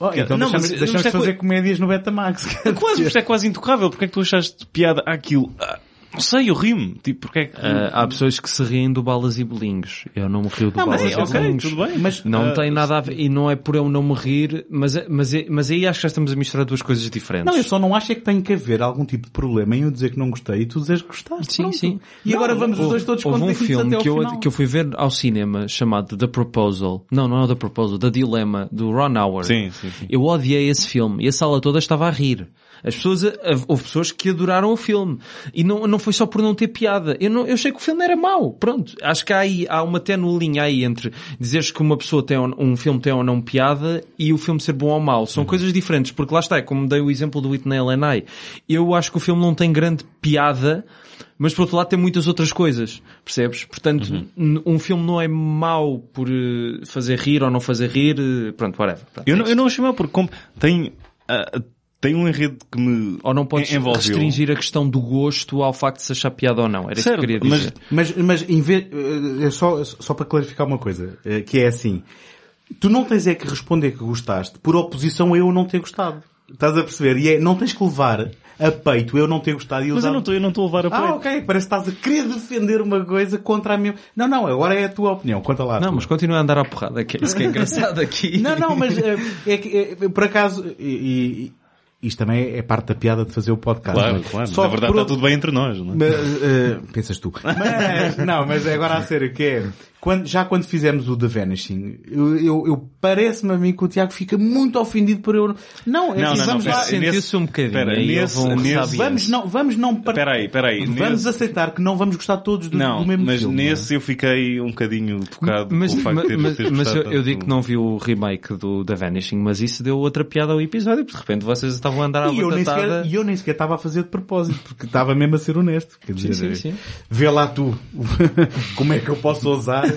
Oh, então Não, não, deixamos, mas- mas deixamos isto é fazer coi- comédias no Betamax. quer Quase, dizer. isto é quase intocável, porque é que tu achaste piada àquilo? Ah, não sei, eu rimo, tipo, porque é Hum. que... Ah, há pessoas que se riem do balas e bolinhos. Eu não me rio do Não, mas balas Sim, e é ok, bolinhos. tudo bem, Mas Não Ah, tem nada a ver, e não é por eu não me rir, mas, mas, mas aí acho que já estamos a misturar duas coisas diferentes. não, eu só não acho é que tem que haver algum tipo de problema em eu dizer que não gostei e tu dizeres que gostaste. Sim, pronto. sim. E agora vamos os Houve- dois todos Houve um contentes filme até ao que eu, final. que eu fui ver ao cinema chamado The Proposal. Não, não é o The Proposal, The Dilemma, do Ron Howard. Sim, sim, sim. Eu odiei esse filme e a sala toda estava a rir. As pessoas, a- a- houve pessoas que adoraram o filme. E não, não foi só por não ter piada. Eu, não, eu achei que o filme era mau. Pronto. Acho que há aí, há uma tenue linha aí entre dizeres que uma pessoa tem ou- um filme tem ou não piada e o filme ser bom ou mau. Uhum. São coisas diferentes. Porque lá está, é como dei o exemplo do Whitney Lanai. Eu acho que o filme não tem grande piada, mas por outro lado tem muitas outras coisas. Percebes? Portanto, Uhum. n- um filme não é mau por eh, fazer rir ou não fazer rir. eh, Pronto, whatever. Pronto, Eu, é não, eu não achei mal, porque como tem, ah, tem um enredo que me Ou não podes envolveu. restringir a questão do gosto ao facto de se achar piada ou não. Era isso que eu Certo, queria mas- dizer. Mas, mas em vez, eh, eh, só, só para clarificar uma coisa, eh, que é assim, tu não tens é que responder que gostaste por oposição a eu não ter gostado. Estás a perceber? E é, não tens que levar a peito eu não ter gostado e Mas usar eu não estou- eu não estou a levar a Ah, peito. ok, parece que estás a querer defender uma coisa contra a minha. Não, não, agora é a tua opinião, conta lá. a Não, tua. mas continua a andar à porrada, que é isso que é engraçado aqui. Não, não, mas eh, é, que, eh, por acaso, e, e- isto também é parte da piada de fazer o podcast. Claro, não é? claro. Só Na que verdade por está outro- tudo bem entre nós, não é? Mas, eh, pensas tu. Mas, não, mas agora a sério, que é, quando, já quando fizemos o The Vanishing, eu, eu, eu- parece-me a mim que o Tiago fica muito ofendido por eu... Não, é Não, assim, não, não, vamos lá... espera, Sentiu-se nesse- um bocadinho. espera, aí nesse- houve um nesse- ressabiense. Vamos não, vamos não... par- Espera aí, espera aí. Vamos Nesse- aceitar que não vamos gostar todos do, Não, é? do mesmo mas filme. nesse eu fiquei um bocadinho tocado Mas, pelo facto de ter mas- ter mas eu, gostado eu digo tanto. que não vi o remake do The Vanishing, mas isso deu outra piada ao episódio, porque de repente vocês estavam a andar à E eu nem sequer- batatada. e eu nem sequer estava a fazer de propósito, porque estava mesmo a ser honesto. Quer dizer, eh, sim, sim. vê lá tu como é que eu posso ousar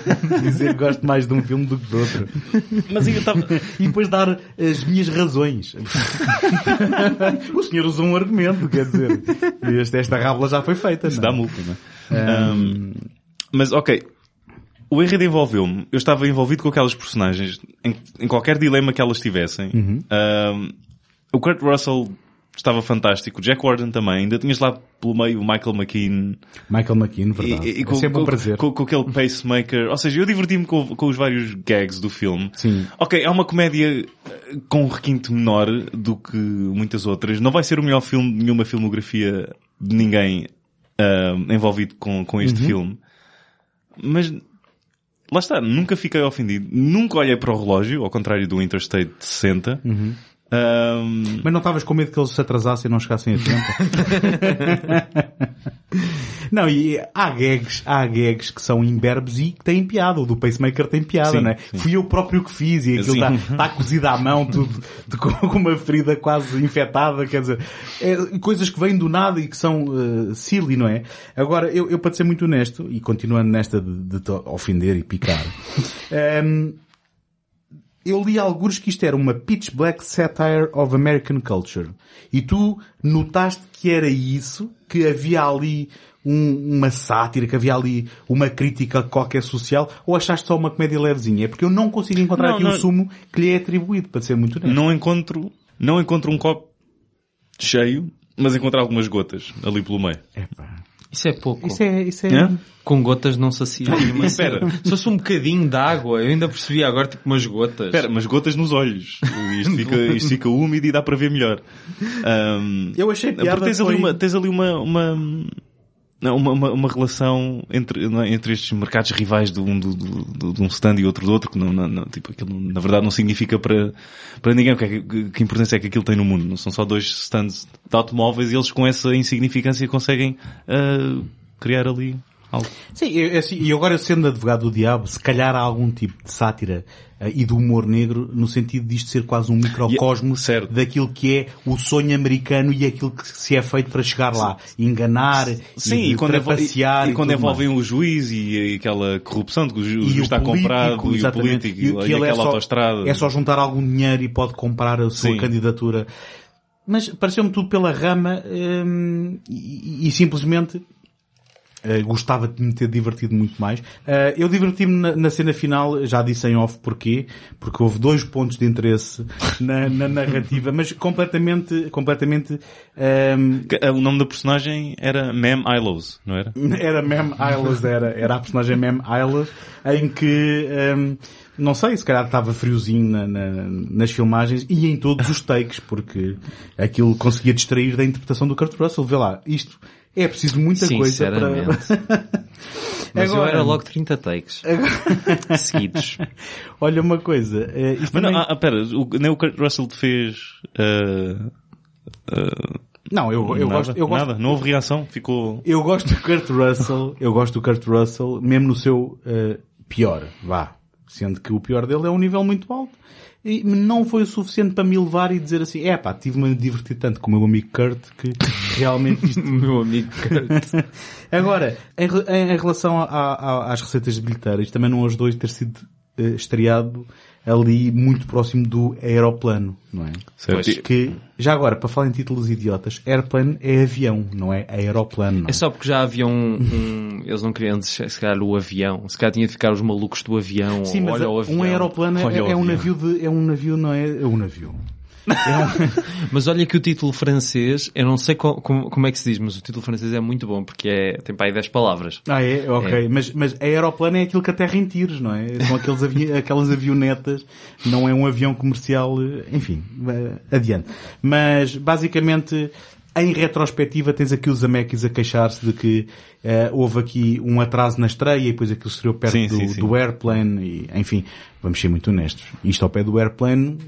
dizer que gosto mais de um filme do que do outro. Mas eu estava... E depois dar as minhas razões. o senhor usou um argumento, quer dizer, este- esta rábula já foi feita. Isso não é? dá multa, não é? Ahm, mas, ok. O enredo envolveu-me. Eu estava envolvido com aquelas personagens, em, em qualquer dilema que elas tivessem. Ahm, o Kurt Russell estava fantástico, o Jack Warden também. Ainda tinhas lá pelo meio o Michael McKean. Michael McKean, E, verdade. e- e é sempre um prazer. com- com aquele pacemaker. Ou seja, eu diverti-me com, com os vários gags do filme. Sim. Ok, é uma comédia eh, com um requinte menor do que muitas outras. Não vai ser o melhor filme de nenhuma filmografia de ninguém ah, envolvido com, com Uhum. este filme. Mas lá está, nunca fiquei ofendido. Nunca olhei para o relógio, ao contrário do Interstate 60. Uhum. Ah, Mas não estavas com medo que eles se atrasassem e não chegassem a tempo? não, e há gags, há gags que são imberbes e que têm piada. O do pacemaker tem piada, Sim, não é? sim. Fui eu próprio que fiz e aquilo Sim. está tá cozido à mão, tudo de- com com uma ferida quase infectada, quer dizer, é, coisas que vêm do nada e que são eh, silly, não é? Agora, eu, eu para ser muito honesto, e continuando nesta de, de te ofender e picar, ehm, eu li alguns que isto era uma pitch black satire of American culture. E tu notaste que era isso, que havia ali um- uma sátira, que havia ali uma crítica a qualquer social, ou achaste só uma comédia levezinha? É porque eu não consigo encontrar Não, aqui não. o sumo que lhe é atribuído, para ser muito honesto. Não encontro, não encontro um copo cheio, mas encontro algumas gotas ali pelo meio. Epá. Isso é pouco. Isso é, isso é... Hã? Com gotas não sacia nenhuma. Espera. Se fosse um bocadinho de água, eu ainda percebi agora tipo umas gotas. Espera, mas gotas nos olhos. Isto fica, isto fica úmido e dá para ver melhor. Ahm, Eu achei piada porque tens ali foi- uma, tens ali uma, uma, não, uma, uma- uma relação entre, não é, entre estes mercados rivais de um, do- do- do- de um stand e outro do outro, que não, não- não, tipo, aquilo, na verdade não significa para, para ninguém o que, é que, que importância é que aquilo tem no mundo. Não são só dois stands de automóveis e eles com essa insignificância conseguem ah, criar ali algo. Sim, eu- eu- assim, e agora sendo advogado do diabo, se calhar há algum tipo de sátira eh, e de humor negro no sentido disto ser quase um microcosmo E- é certo. daquilo que é o sonho americano e aquilo que se é feito para chegar lá. Enganar, Sim, e, e, quando, envol- e- trapacear e quando tudo envolvem o juiz e, e aquela corrupção de que o ju- o mais. juiz o está comprado e o exatamente. político e, o e que ele aquela é só, autostrada. É só juntar algum dinheiro e pode comprar a sua Sim. candidatura. Mas pareceu-me tudo pela rama hum, e- e- e simplesmente Uh, gostava de me ter divertido muito mais. Uh, eu diverti-me na, na cena final, já disse em off porquê, porque houve dois pontos de interesse na, na narrativa, mas completamente, completamente, um, Que- eh, O nome da personagem era Ma'am Ilos, não era? era Mem Islas, era, era a personagem Mem Islas, em que, um, não sei, se calhar estava friozinho na- na- nas filmagens e em todos os takes, porque aquilo conseguia distrair da interpretação do Kurt Russell. Vê lá, isto é preciso muita coisa para... Sinceramente. Mas eu Agora- era logo 30 takes. Seguidos. Olha uma coisa, eh, isto Mas não, também- ah, ah, pera, o, nem o Kurt Russell te fez ah, Não, eu, eu nada, gosto, eu gosto, nada, não houve reação, ficou... eu gosto do Kurt Russell, eu gosto do Kurt Russell, mesmo no seu eh, pior, vá. Sendo que o pior dele é um nível muito alto. E não foi o suficiente para me levar e dizer assim, é pá, tive-me a divertir tanto com o meu amigo Kurt que realmente isto Meu amigo. Agora, em, re- em- em relação a- a- às receitas de bilheteiras, também não ajudou de ter sido eh, estreado ali muito próximo do aeroplano, não é? Certo. Pois. Que, já agora, para falar em títulos idiotas, airplane é avião, não é aeroplano. Não é? É só porque já havia um, Uhum. um- Eles não queriam dizer, se calhar, o avião. Se calhar tinha de ficar os malucos do avião. Sim, ou mas olha o avião. um aeroplano é, Olha o é um avião. navio de, é um navio, não é? É um navio. Mas olha que o título francês, eu não sei co- como, como é que se diz, mas o título francês é muito bom porque é, tem para aí 10 palavras. Ah, é? Ok. Mas, mas aeroplano é aquilo que aterra em tiros, não é? São aqueles avi aquelas avionetas, não é um avião comercial, eh, enfim, eh, adiante. Mas, basicamente, em retrospectiva, tens aqui os Zemeckis a queixar-se de que eh, houve aqui um atraso na estreia e depois aquilo estreou perto Sim, do, sim, sim. do Airplane e, enfim, vamos ser muito honestos. Isto ao pé do Airplane,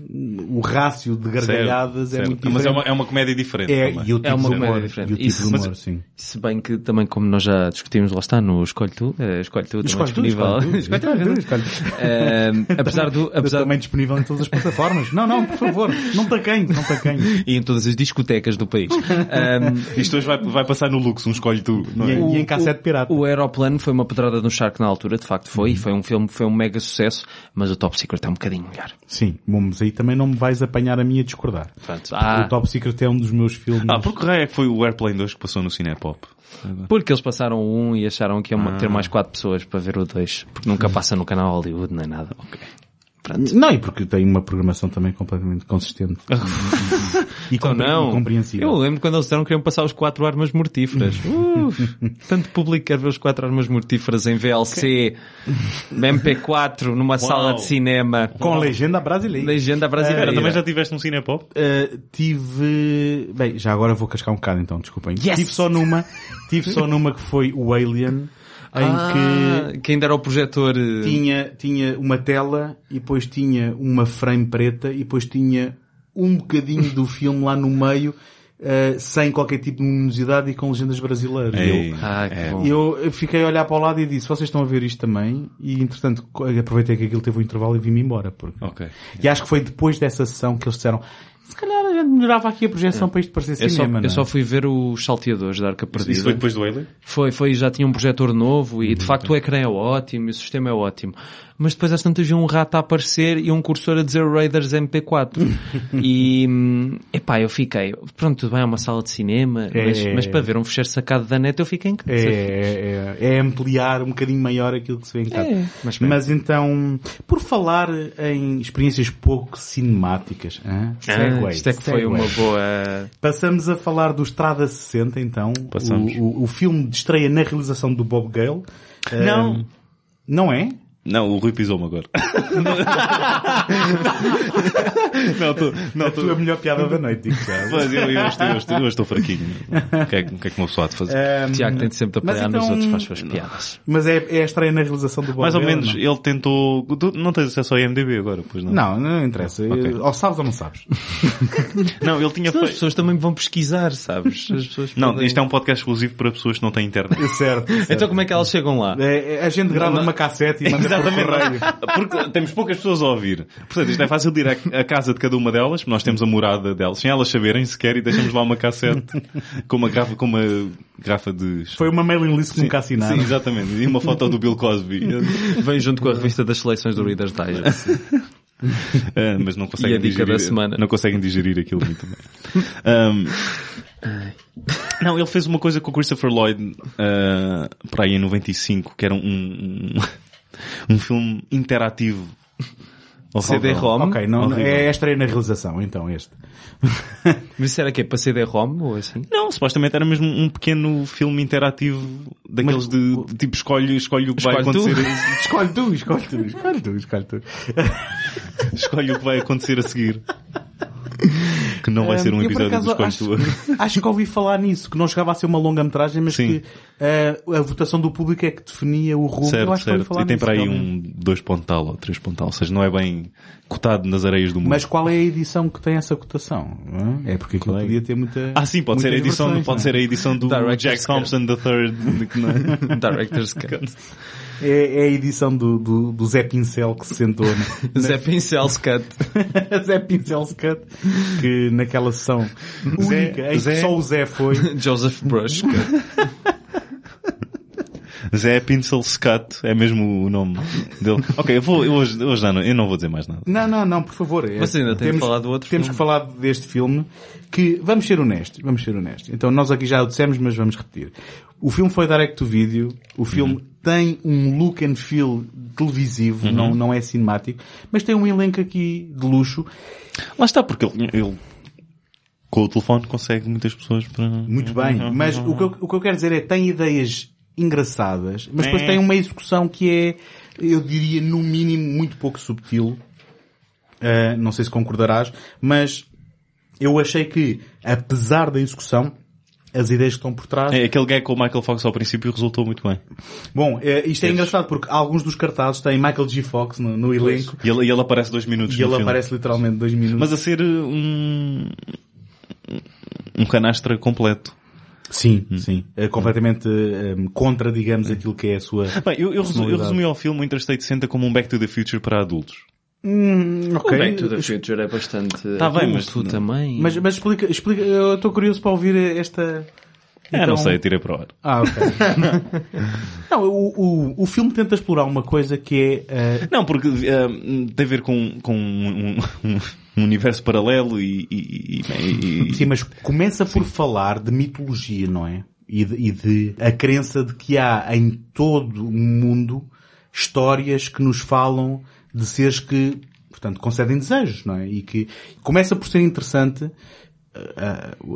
o rácio de gargalhadas é Certo, muito certo. diferente. Mas é uma, é uma comédia diferente É, também. e o tipo uma de comédia humor, diferente. e o tipo Isso. de Mas- humor, sim. Se bem que também, como nós já discutimos lá está, no Escolhe Tu, eh, Escolhe Tu também Escolhe tu, disponível. escolhe tu, Escolhe Tu, escolhe tu, escolhe tu. escolhe tu. Eh, apesar do, apesar também disponível em todas as plataformas. Não, não, por favor, não tacanho, não tacanho. e em todas as discotecas do país. Ahm, Isto hoje vai, vai passar no Lux, um escolhe tu, não é? E- em cassete pirata. O, o Aeroplano foi uma pedrada no charco na altura, de facto foi, e foi um filme, foi um mega sucesso, mas o Top Secret é um bocadinho melhor. Sim, bom, mas aí também não me vais apanhar a mim a discordar. Pronto, ah, O Top Secret é um dos meus filmes. Ah, porque raio é que foi o Airplane 2 que passou no Cinepop? Ah, porque eles passaram o um e acharam que iam ter mais quatro pessoas para ver o dois porque nunca passa no canal Hollywood nem nada. Ok. Não, e porque tem uma programação também completamente consistente. e Então compre- não, e compreensível. eu lembro quando eles disseram que queriam passar os quatro armas mortíferas. Uf, tanto público quer ver os quatro armas mortíferas em VLC, MP4, numa sala de cinema, Com legenda brasileira. legenda brasileira. Espera, também é. já tiveste um Cinepop? Uh, tive. Bem, já agora vou cascar um bocado então, desculpem. Yes! Tive só numa, tive só numa que foi o Alien, em que Ah, que ainda era o projetor. eh, tinha, tinha uma tela e depois tinha uma frame preta e depois tinha um bocadinho do filme lá no meio eh, sem qualquer tipo de luminosidade e com legendas brasileiras. Ei. é. Eu- Ah, que bom. Eu, fiquei a olhar para o lado e disse, vocês estão a ver isto também? E entretanto co- aproveitei que aquilo teve um intervalo e vim-me embora. Porque... Ok. E acho que foi depois dessa sessão que eles disseram, Se calhar a gente melhorava aqui a projeção para isto parecer Eu É. só, cinema, não eu é? só fui ver os salteadores da Arca Perdida. Isso foi depois do Alien? Foi, foi, já tinha um projetor novo e Uhum. de facto o ecrã é ótimo e o sistema é ótimo. Mas depois às tantas viu um rato a aparecer e um cursor a dizer Raiders MP4. e, hum, epá, eu fiquei, pronto, tudo bem, é uma sala de cinema, É. mas, mas para ver um fecheiro sacado da net eu fiquei em casa. É, é, é ampliar um bocadinho maior aquilo que se vê em casa. É, mas mas, bem. então, por falar em experiências pouco cinemáticas, hã? Ah, Segue, isto é que foi segue. uma boa... Passamos a falar do Estrada 60, então. Passamos. O, o, o filme de estreia na realização do Bob Gale. Não. Ahm, não é? Não, o Rui pisou-me agora. não, estou... Não, a tô- tua melhor piada da noite, digo já. Mas eu, eu estou, eu estou, eu estou fraquinho. O que, é, que- o que é que uma pessoa há de fazer? Ahm, Tiago tem de sempre mas apoiar nos então- outros para as suas piadas. Mas é, é a estreia na realização do Bob Mais ou Gale, menos, não? é? ele tentou... Tu não tens acesso ao IMDB agora, pois não? Não, não interessa. Ok. Ou sabes ou não sabes. Não, ele tinha Senão As feito... pessoas também vão pesquisar, sabes? As pessoas Não, podem- isto é um podcast exclusivo para pessoas que não têm internet. certo. Então como é que elas chegam lá? É, é, a gente grava Não, não. numa cassete e manda para o Exatamente. correio. Porque temos poucas pessoas a ouvir. Portanto, isto é fácil de ir à, à casa de cada uma delas, porque nós temos a morada delas, sem elas saberem sequer, e deixamos lá uma cassete com uma grafa, com uma grafa de... Foi uma mailing list que nunca Sim, assinaram. exatamente. E uma foto do Bill Cosby. Vem junto com a revista das seleções do Reader's Digest. Ah, mas não conseguem E a dica digerir, da semana. Não conseguem digerir aquilo muito bem. Ahm, não, ele fez uma coisa com o Christopher Lloyd ah, para aí em 95, que era um, um, um filme interativo. Horrível. CD-ROM. Ok, não, não- Horrível. é a estreia na realização, então, este. Mas isso era quê? Para CD-ROM ou assim? Não, supostamente era mesmo um pequeno filme interativo daqueles de, de tipo escolhe, escolhe o que vai Escolhe tu. acontecer. Escolhe tu, escolhe tu, escolhe tu, escolhe tu. escolhe o que vai acontecer a seguir. Que não vai ser um Eu, por episódio acaso, do acho, Escolhe Tu. acho que ouvi falar nisso, que não chegava a ser uma longa-metragem, mas Sim. que eh, a votação do público é que definia o rumo. eu Certo, acho que ouvi certo. falar E tem nisso, para aí realmente. um 2 pontal ou 3 pontal, ou seja, não é bem cotado nas areias do mundo. Mas qual é a edição que tem essa cotação? hã? É porque aquilo Qual é? podia ter muita. Ah, sim, pode ser a muitas edição, versões, pode não é? ser a edição do Director's Jack Cut. Thompson III. que não- é? Director's Cut. É, é a edição do, do, do Zé Pincel que se sentou na, é? Zé Pincel's Cut. Zé Pincel Cut, que naquela sessão única em Zé- que só o Zé foi. Joseph Brush Cut. Zé Pincel é Scott é mesmo o nome dele. Ok, eu vou, eu hoje, hoje já não, eu não vou dizer mais nada. Não, não, não, por favor. É, Mas ainda tem de temos- falar do outro Temos filme. que falar deste filme que, vamos ser honestos, vamos ser honestos. Então nós aqui já o dissemos, mas vamos repetir. O filme foi direct to video, o filme Uhum. tem um look and feel televisivo, não, não é cinemático, mas tem um elenco aqui de luxo, Lá está, porque ele, ele, com o telefone consegue muitas pessoas para... muito bem, Uhum. mas o que, eu, o que eu quero dizer é, tem ideias engraçadas, mas depois tem uma execução que é, eu diria, no mínimo, muito pouco subtil. Uh, não sei se concordarás, mas eu achei que, apesar da execução, as ideias que estão por trás. É, aquele gag com o Michael Fox ao princípio resultou muito bem. Bom, eh, isto é engraçado porque alguns dos cartazes têm Michael G. Fox no, no elenco E ele, e ele aparece dois minutos e no ele filme. aparece literalmente dois minutos. Mas a ser uh, um... Um canastra completo. Sim, Hum. sim. Eh, completamente eh, em contra, digamos, aquilo que é a sua. Bem, eu, eu, resu- eu Personalidade. resumi ao filme o Interstate 60 como um Back to the Future para adultos. Hum, ok. Future é bastante... Tá bem, adulto mas- também. Mas, mas explica, explica, eu estou curioso para ouvir esta. Ah, Então- não sei, tirei para o ar. Ah, ok. não, o, o, o filme tenta explorar uma coisa que é. eh, Não, porque ah, tem a ver com, com um, um- um universo paralelo e... e, e- e- sim, mas começa por falar de mitologia, não é? E de, e de a crença de que há em todo o mundo histórias que nos falam de seres que, portanto, concedem desejos, não é? E que começa por ser interessante. eh,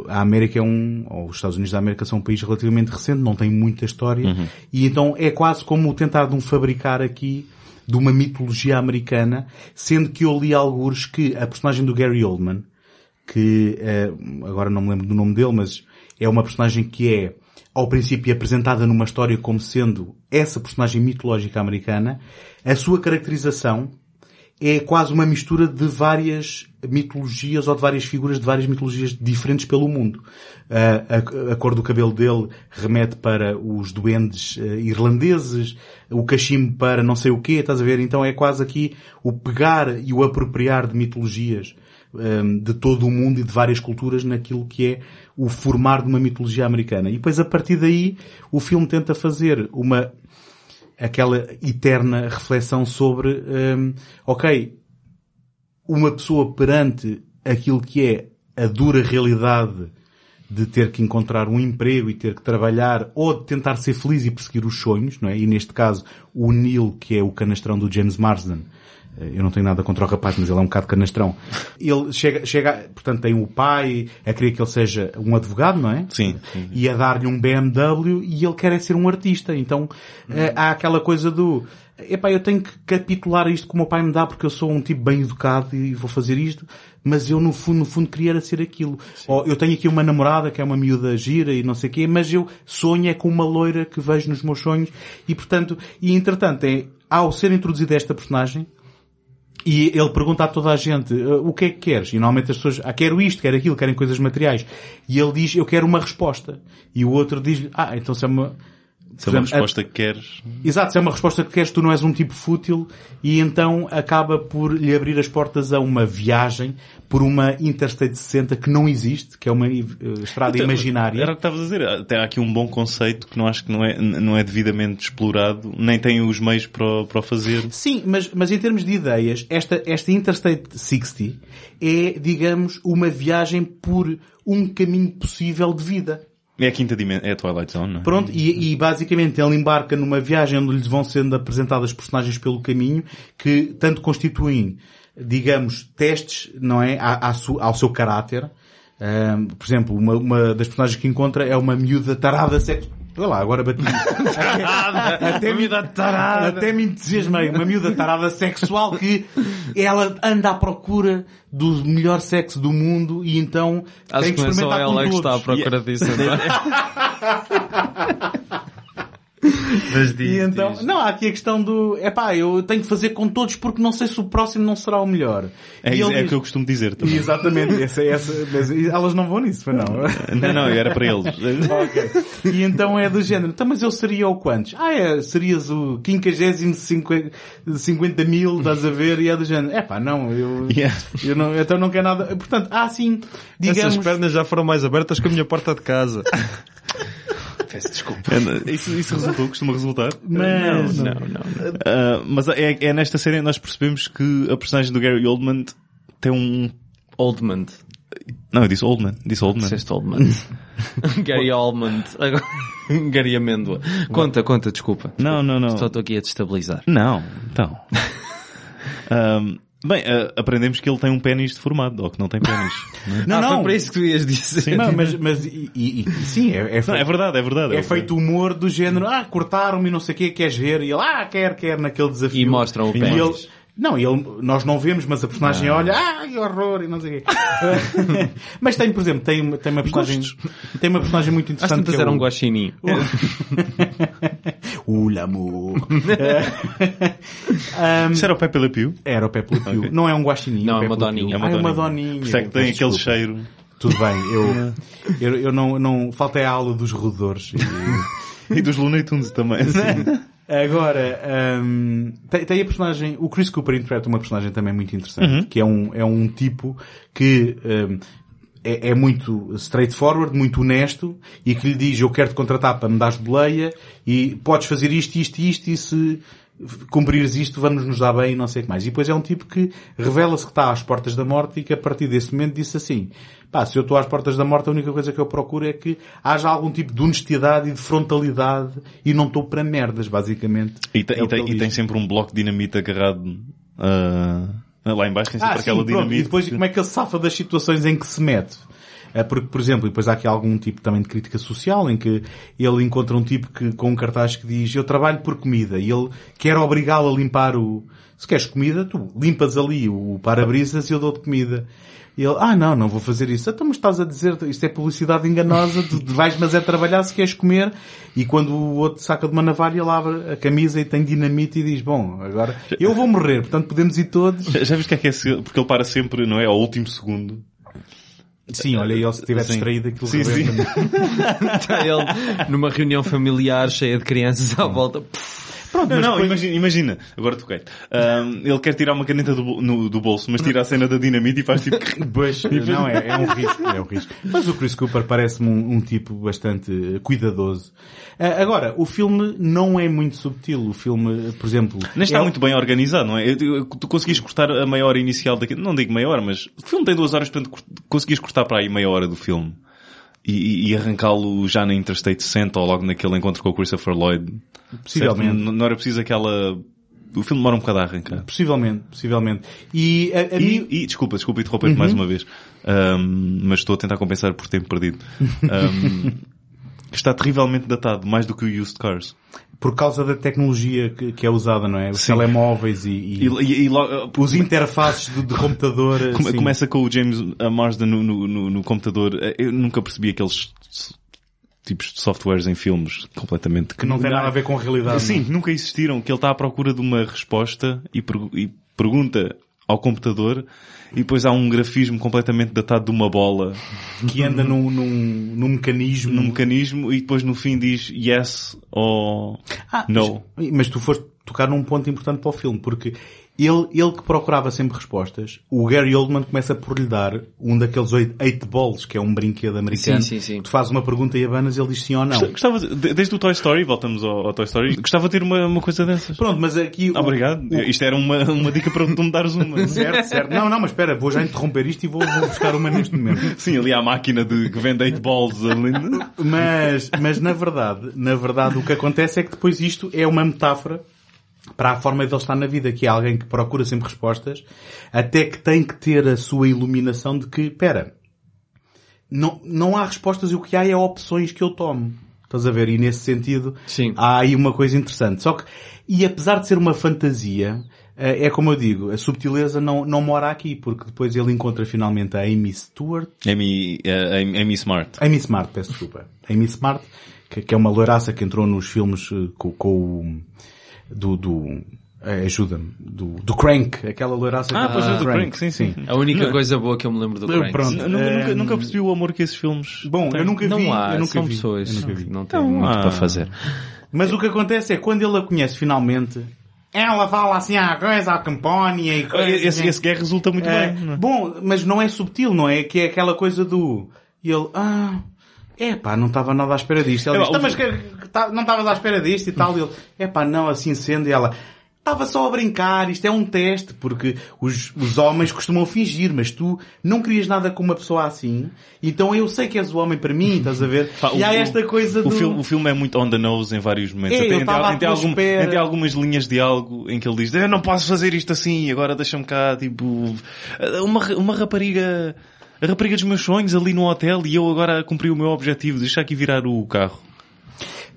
A a América é um, ou os Estados Unidos da América são um país relativamente recente, não tem muita história, e então é quase como tentar de um fabricar aqui de uma mitologia americana, sendo que eu li alguns que a personagem do Gary Oldman, que eh, agora não me lembro do nome dele, mas é uma personagem que é ao princípio apresentada numa história como sendo essa personagem mitológica americana, a sua caracterização é quase uma mistura de várias mitologias ou de várias figuras de várias mitologias diferentes pelo mundo. Ah, a, a cor do cabelo dele remete para os duendes ah, irlandeses, o cachimbo para não sei o quê, estás a ver? Então é quase aqui o pegar e o apropriar de mitologias hum, de todo o mundo e de várias culturas naquilo que é o formar de uma mitologia americana. E depois a partir daí o filme tenta fazer uma aquela eterna reflexão sobre hum, ok, uma pessoa perante aquilo que é a dura realidade de ter que encontrar um emprego e ter que trabalhar ou de tentar ser feliz e perseguir os sonhos, não é? E neste caso, o Neil, que é o canastrão do James Marsden, eh, eu não tenho nada contra o rapaz, mas ele é um bocado canastrão. Ele chega, chega, portanto, tem o pai a querer que ele seja um advogado, não é? Sim, sim. e a dar-lhe um BMW e ele quer é ser um artista. Então eh, há aquela coisa do epá, eu tenho que capitular isto que o meu pai me dá porque eu sou um tipo bem educado e vou fazer isto, mas eu no fundo, no fundo queria era ser aquilo. Ou eu tenho aqui uma namorada que é uma miúda gira e não sei o quê, mas eu sonho é com uma loira que vejo nos meus sonhos e portanto, e entretanto é, ao ser introduzida esta personagem, e ele pergunta a toda a gente "Ah, o que é que queres? E normalmente as pessoas, ah, quero isto, quero aquilo, querem coisas materiais. E ele diz, eu quero uma resposta. E o outro diz, ah, então se é uma... Se é uma Portanto, a- resposta que queres, Exato, se é uma resposta que queres, tu não és um tipo fútil e então acaba por lhe abrir as portas a uma viagem por uma Interstate 60 que não existe, que é uma eh, estrada Então, imaginária. Era o que estavas a dizer. Até há aqui um bom conceito que não acho que não é, não é devidamente explorado, nem tem os meios para, o- para o fazer. Sim, mas, mas em termos de ideias, esta, esta Interstate 60 é, digamos, uma viagem por um caminho possível de vida. É a quinta dimensão, é a Twilight Zone, não é? Pronto, e, e basicamente ele embarca numa viagem onde lhes vão sendo apresentadas personagens pelo caminho que tanto constituem, digamos, testes, não é? À, à su- ao seu caráter. Ahm, por exemplo, uma, uma das personagens que encontra é uma miúda tarada sexual. Olha lá, agora bati. Ah, até, me, até me entusiasmei. Uma miúda tarada sexual que ela anda à procura do melhor sexo do mundo e então Acho tem que que não é só experimentar com ela que está à todos. procura disso. não é? Mas diz, E então, diz. não, há aqui a questão do, é pá, eu tenho que fazer com todos porque não sei se o próximo não será o melhor. É, E isso- ele é o diz- que eu costumo dizer E também. Exatamente, essa, essa, mas elas não vão nisso, foi não. Não, não, era para eles. E então é do género, então mas eu seria o quantos? Ah é, serias o 50 mil, estás a ver, e é do género, é pá, não, eu, Yeah. eu não, então não quero nada, portanto, há assim, digamos, Essas pernas já foram mais abertas que a minha porta de casa. Peço desculpa. É, Isso, isso resultou, costuma resultar. mas, Não, não. Ah, mas é, é nesta série que nós percebemos que a personagem do Gary Oldman tem um... Oldman. Não, eu disse Oldman, disse Oldman. Disseste Oldman. Gary Oldman. Agora- Gary Amêndoa. Conta, conta, desculpa. Não, não, não. Só estou aqui a destabilizar. Não, então. Ahm, bem, ah, aprendemos que ele tem um pênis deformado, ou que não tem pênis. não é? não, ah, não, foi para isso que tu ias dizer. não, mas, mas, e, e- e- sim, é, é, Não, é verdade, é verdade. É feito humor do género, ah, cortaram-me e não sei o quê, queres ver? E ele, ah, quer, quer, naquele desafio. E mostram o E pé. ele- não, ele, nós não vemos, mas a personagem olha, ah, que horror, e não sei o quê. mas tem, por exemplo, tem, uma- tem uma personagem, tem uma personagem muito Às interessante. tantas que é era o- um guaxininho. O l'amour. Isso era o Pepe Le Pew. Era o Pepe Le Pew. Não é um guaxininho. Não, o é uma Pepe Le Pew. doninha. É Ah, É uma doninha. Por isso é que tem Peço aquele desculpa. cheiro. Tudo bem, eu, eu, eu não, não, faltei a aula dos roedores. E- E dos Looney Tunes também. assim. Agora, hum, tem, tem a personagem, o Chris Cooper interpreta uma personagem também muito interessante, que é um, é um tipo que hum, é, é muito straightforward, muito honesto, e que lhe diz, eu quero-te contratar para me dares boleia, e podes fazer isto, isto e isto, e se cumprires isto, vamos nos dar bem e não sei o que mais. E depois é um tipo que revela-se que está às portas da morte e que a partir desse momento disse assim, pá, se eu estou às portas da morte, a única coisa que eu procuro é que haja algum tipo de honestidade e de frontalidade e não estou para merdas, basicamente. E, tem- É o e que tem- ele e diz. tem sempre um bloco de dinamite agarrado ah, lá embaixo, tem sempre Ah, sim, aquela pronto. dinamite. E depois como é que ele safa das situações em que se mete? Ah, Porque, por exemplo, e depois há aqui algum tipo também de crítica social em que ele encontra um tipo que, com um cartaz que diz eu trabalho por comida e ele quer obrigá-lo a limpar o, se queres comida, tu limpas ali o para-brisas e eu dou-te comida. E ele, ah não, não vou fazer isso. Então, mas estás a dizer, isto é publicidade enganosa, tu vais mas é trabalhar se queres comer. E quando o outro saca de uma navalha, ele abre a camisa e tem dinamite e diz, bom, agora eu vou morrer, portanto podemos ir todos. Já, já viste que é que é se- Porque ele para sempre, não é? Ao último segundo. Sim, olha, e ele se estiver Sim. distraído, aquilo Sim, sim. rebenta. Está Tá, ele numa reunião familiar cheia de crianças à volta. Pff, Pronto, Não, mas não, depois- imagina, imagina. Agora toquei. Ahm, ele quer tirar uma caneta do, bol- no- do bolso, mas tira a cena da dinamite e faz tipo... Pois, não, é, é um risco, é um risco. Mas o Chris Cooper parece-me um, um tipo bastante eh, cuidadoso. Ah, agora, o filme não é muito subtil. O filme, eh, por exemplo... Nem está é- muito bem organizado, não é? Eu- eu- Tu conseguiste cortar a meia hora inicial daquilo. Não digo meia hora, mas o filme tem duas horas, portanto cor- conseguiste cortar para aí meia hora do filme. E, e- e arrancá-lo já na Interstate 60 ou logo naquele encontro com o Christopher Lloyd. Possivelmente. Certo? Não- Não era preciso aquela... O filme demora um bocado a arrancar. Possivelmente, possivelmente. E a, a mim... Uhum. E, e desculpa, desculpa interromper-te mais uma vez, Ahm, mas estou a tentar compensar por tempo perdido. Ahm, está terrivelmente datado, mais do que o Used Cars. Por causa da tecnologia que, que é usada, não é? Os Sim. telemóveis e... e- E, e- e logo, eh, Os interfaces do, do computador... eh, Come- sim. Começa com o James eh, Marsden no, no, no- no computador. Eh, Eu nunca percebi aqueles s- tipos de softwares em filmes completamente Que não tem nada a ver com a realidade. Sim, que nunca existiram. Que ele está à procura de uma resposta e, pergu- e pergunta ao computador e depois há um grafismo completamente datado de uma bola não é? Que anda num, num, num mecanismo... num mecanismo e depois no fim diz yes ou Ah, no. Mas, mas tu foste tocar num ponto importante para o filme, porque ele, ele que procurava sempre respostas, o Gary Oldman começa por lhe dar um daqueles oito eight balls, que é um brinquedo americano. Sim, sim, sim. Tu fazes uma pergunta e abanas e ele diz sim ou não. Gostava, de- desde o Toy Story, voltamos ao, ao Toy Story, gostava de ter uma, uma coisa dessas. Pronto, mas aqui... o- Obrigado. Isto era uma, uma dica para tu me dares uma. Certo, certo. Não, não, mas espera, vou já interromper isto e vou, vou buscar uma neste momento. Sim, ali há a máquina de, que vende 8 balls ali. Mas, mas na verdade, na verdade o que acontece é que depois isto é uma metáfora para a forma de ele estar na vida, que é alguém que procura sempre respostas, até que tem que ter a sua iluminação de que, pera, não, não há respostas e o que há é opções que eu tomo. Estás a ver? E nesse sentido, Sim. há aí uma coisa interessante. Só que, e apesar de ser uma fantasia, eh, é como eu digo, a subtileza não, não mora aqui, porque depois ele encontra finalmente a Amy Stewart, Amy, eh, Amy, Amy Smart. Amy Smart, peço desculpa. Amy Smart, que, que é uma loiraça que entrou nos filmes eh, co- com, o... do... do eh, ajuda-me. Do, do Crank. Aquela loiraça Ah, que pois entrou é, no do Crank, sim, sim. a única coisa boa que eu me lembro do Cranks. Pronto. Eu nunca, eh, nunca, nunca percebi o amor que esses filmes... Bom, eu nunca vi. Não há, eu nunca são vi, pessoas eu nunca vi. que não têm muito há. para fazer. Mas o que acontece é, quando ele a conhece finalmente, ela fala assim, ah, coisa, a campónia e coisa... Ah, Esse, assim. esse guerra resulta muito É, bem. não é? bom, mas não é subtil, não é? Que é aquela coisa do... E ele, ah... É pá, não estava nada à espera disto. Ela É, diz, o- "Tá, mas que, que tá- não estavas à espera disto e tal. E ele, é pá, não, assim sendo. E ela, estava só a brincar, isto é um teste, porque os, os homens costumam fingir, mas tu não querias nada com uma pessoa assim, então eu sei que és o homem para mim, estás a ver? Pá, e o- há esta coisa o do... filme, o filme é muito on the nose em vários momentos. É, Até- eu até- tava à até tua algum- espera. até algumas linhas de algo em que ele diz eu não posso fazer isto assim, agora deixa-me cá, tipo... eh, Uma, ra- uma rapariga... A rapariga dos meus sonhos ali no hotel e eu agora cumpri o meu objetivo, deixa aqui virar o carro.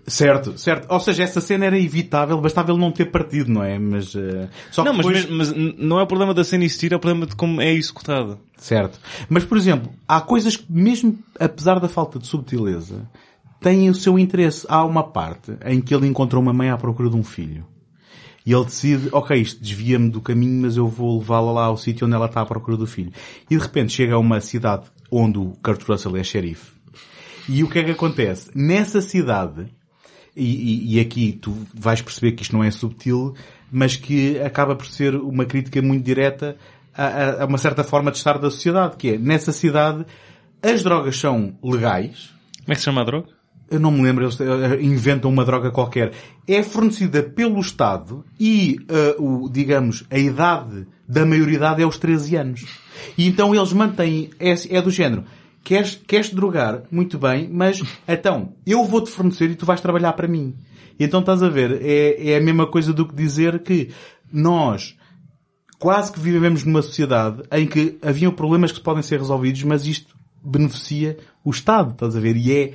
Certo, certo. Ou seja, essa cena era evitável, bastava ele não ter partido, não é? Mas, eh, só que Não, mas, depois... mesmo- mas n- não é o problema da cena existir, é o problema de como é executada. Certo. Mas, por exemplo, há coisas que, mesmo apesar da falta de subtileza, têm o seu interesse. Há uma parte em que ele encontra uma mãe à procura de um filho. E ele decide, ok, isto desvia-me do caminho, mas eu vou levá-la lá ao sítio onde ela está à procura do filho. E de repente chega a uma cidade onde o Kurt Russell é xerife. E o que é que acontece? Nessa cidade, e, e- e aqui tu vais perceber que isto não é subtil, mas que acaba por ser uma crítica muito direta a, a- a uma certa forma de estar da sociedade, que é, nessa cidade, as drogas são legais, Como é que se chama a droga? eu não me lembro, eles eh, inventam uma droga qualquer. É fornecida pelo Estado e, eh, o, digamos, a idade da maioridade é os 13 anos. E então eles mantêm, é, é do género, queres, queres drogar, muito bem, mas então, eu vou-te fornecer e tu vais trabalhar para mim. Então estás a ver, é, é a mesma coisa do que dizer que nós, quase que vivemos numa sociedade em que haviam problemas que podem ser resolvidos, mas isto beneficia o Estado, estás a ver? E é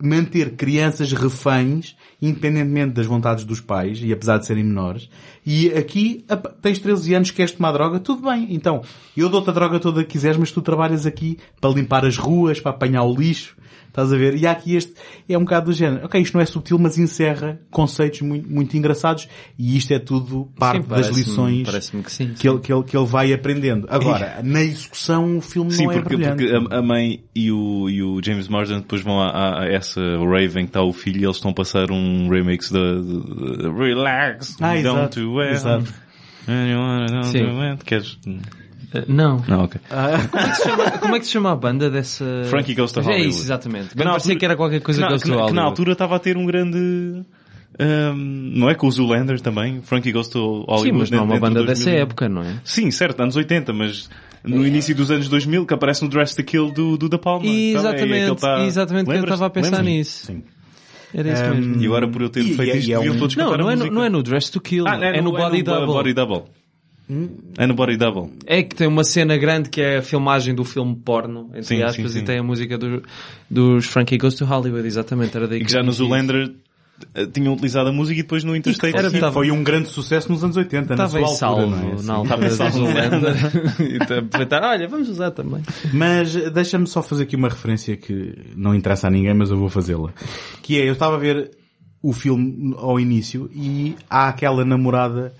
manter crianças reféns, independentemente das vontades dos pais, e apesar de serem menores. E aqui, ap- tens 13 anos, queres tomar droga? Tudo bem. Então, eu dou-te a droga toda que quiseres, mas tu trabalhas aqui para limpar as ruas, para apanhar o lixo. Estás a ver? E há aqui este, é um bocado do género. Ok, isto não é subtil, mas encerra conceitos muito, muito engraçados e isto é tudo parte das Sim, parece-me- lições Parece-me que sim. que ele, que, ele, que ele vai aprendendo. Agora, na execução o filme Sim, não é porque, brilhante. porque a, a mãe e o, e o James Marsden depois vão a, a- a essa rave em que está o filho e eles estão a passar um remix da de- de- Relax, Ah, Don't exato, Do It. exato. And you wanna Don't Sim. Do It. Queres? Eh, não. Não, ok. Como é, que se chama, como é que se chama a banda dessa... Frankie Goes to É Hollywood. isso, exatamente. na Não, parecia altura- que era qualquer coisa que, na, Goes que to na- que na Hollywood. altura estava a ter um grande. ahm, não é com o Zoolander também? Frankie Goes to Hollywood. Sim, mas não é uma dentro- banda dentro de dessa 2000. época, não é? Sim, certo, anos 80, mas no início dos anos 2000 que aparece no Dress to Kill do, do Da Palma. Também, é que ele Exatamente, tá- exatamente que eu Lembras-te? estava a pensar Lembras-me? nisso. Sim. Era isso mesmo. Ehm, E agora por eu ter E- feito e- isto, e é deviam um- todos Não, cantar não a é, no, música. não é no Dress to Kill, Ah, é, no Body Double. Body Double. Hum? É no Body Double. É que tem uma cena grande que é a filmagem do filme porno, entre Sim, aspas, sim, sim. e tem a música do- dos Frankie Goes to Hollywood, exatamente. Era daí E é que já no eu conheci. Zoolander eh, tinham utilizado a música e depois no Interstate. era- sim. tava- Foi um grande sucesso nos anos 80, na Estava sua em altura, salvo não é? Sim. na Estava altura em do salvo. Zoolander. e tá- te- aproveitar, olha, vamos usar também. Mas deixa-me só fazer aqui uma referência que não interessa a ninguém, mas eu vou fazê-la. Que é, eu estava a ver o filme ao início e há aquela namorada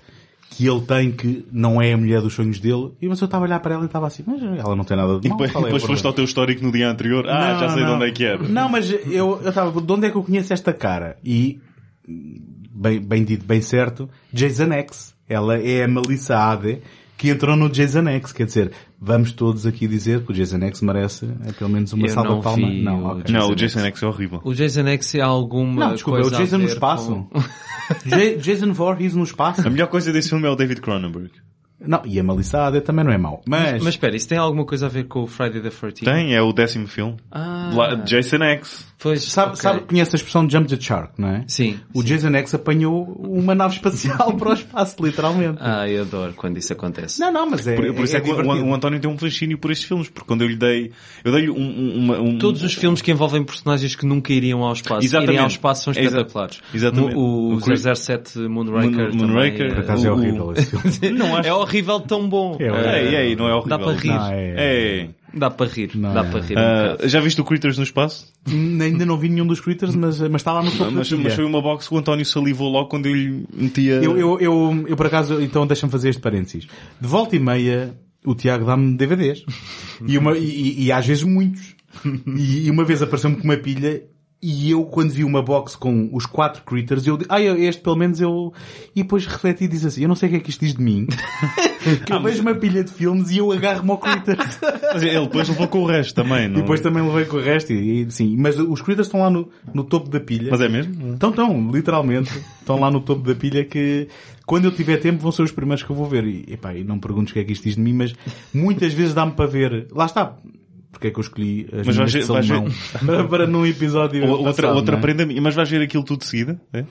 que ele tem que não é a mulher dos sonhos dele, e mas eu estava a olhar para ela e estava assim, mas ela não tem nada de E mal. depois, qual é o depois problema? foste ao teu histórico no dia anterior. Ah, Não, já sei não. de onde é que era. Não, mas eu eu estava, de onde é que eu conheço esta cara? E, bem, bem dito, bem certo, Jason X. Ela é a Melissa Ade que entrou no Jason X. Quer dizer, vamos todos aqui dizer que o Jason X merece eh, pelo menos uma Eu salva não de palma. vi Não, o ok. Não, o Jason X é horrível. O Jason X é alguma Não, desculpa, é o coisa a Jason no ver espaço. com- Ja- Jason Voorhees no espaço. A melhor coisa desse filme é o David Cronenberg. Não, e a Melissa Ade também não é mau. Mas, Mas espera, isso tem alguma coisa a ver com o Friday the 13th? Tem, é o décimo filme. Ah, Lá- Jason X. pois, sabe, ok. sabe, conhece a expressão Jump the Shark, não é? Sim. O Jason X apanhou uma nave espacial para o espaço, literalmente. Ah, eu adoro quando isso acontece. Não, não, mas é. Por, por isso é, que o, divertido. o António tem um fascínio por estes filmes, porque quando eu lhe dei. Eu dei-lhe um, um, uma- um- Todos os filmes que envolvem personagens que nunca iriam ao espaço, Exatamente. irem ao espaço são Exa- espetaculares. exatamente. O, O Chris- o 007 Moonraker, Moon- também Moonraker. é- Por acaso é O- horrível esse filme. Não acho. É horrível tão bom. É horrível. Ei, ei, não é horrível. Dá para rir. Não, é- Ei. Dá para rir. Não, é. Dá não. para rir. um Ah, bocado. já viste o Critters no espaço? Hum, Ainda não vi nenhum dos Critters, mas, mas está lá no topo da Mas, mas pilha. foi uma box que o António salivou logo quando eu lhe metia. eu, eu, eu, eu, por acaso, então deixa-me fazer este parênteses. De volta e meia, o Tiago dá-me DVDs. E, uma, e- e, e às vezes muitos. E, e uma vez apareceu-me com uma pilha e eu, quando vi uma box com os quatro Critters, eu disse, ah, eu- este pelo menos eu... E depois refleti e disse assim, eu não sei o que é que isto diz de mim. que Ah, eu vejo uma pilha de filmes e eu agarro-me ao Critters. Mas ele depois levou com o resto também, não? é? e depois também levei com o resto e, e sim. Mas os Critters estão lá no, no topo da pilha. Mas é mesmo? Estão, estão, literalmente. Estão lá no topo da pilha que quando eu tiver tempo vão ser os primeiros que eu vou ver. E, epá, e não me perguntes o que é que isto diz de mim, mas muitas vezes dá-me para ver. Lá está. Porque é que eu escolhi as Mas mas vais de ver- vais Salomão para, para num episódio Ou- outra passado, outra não é? prenda minha. Mas vais ver aquilo tudo de seguida? É?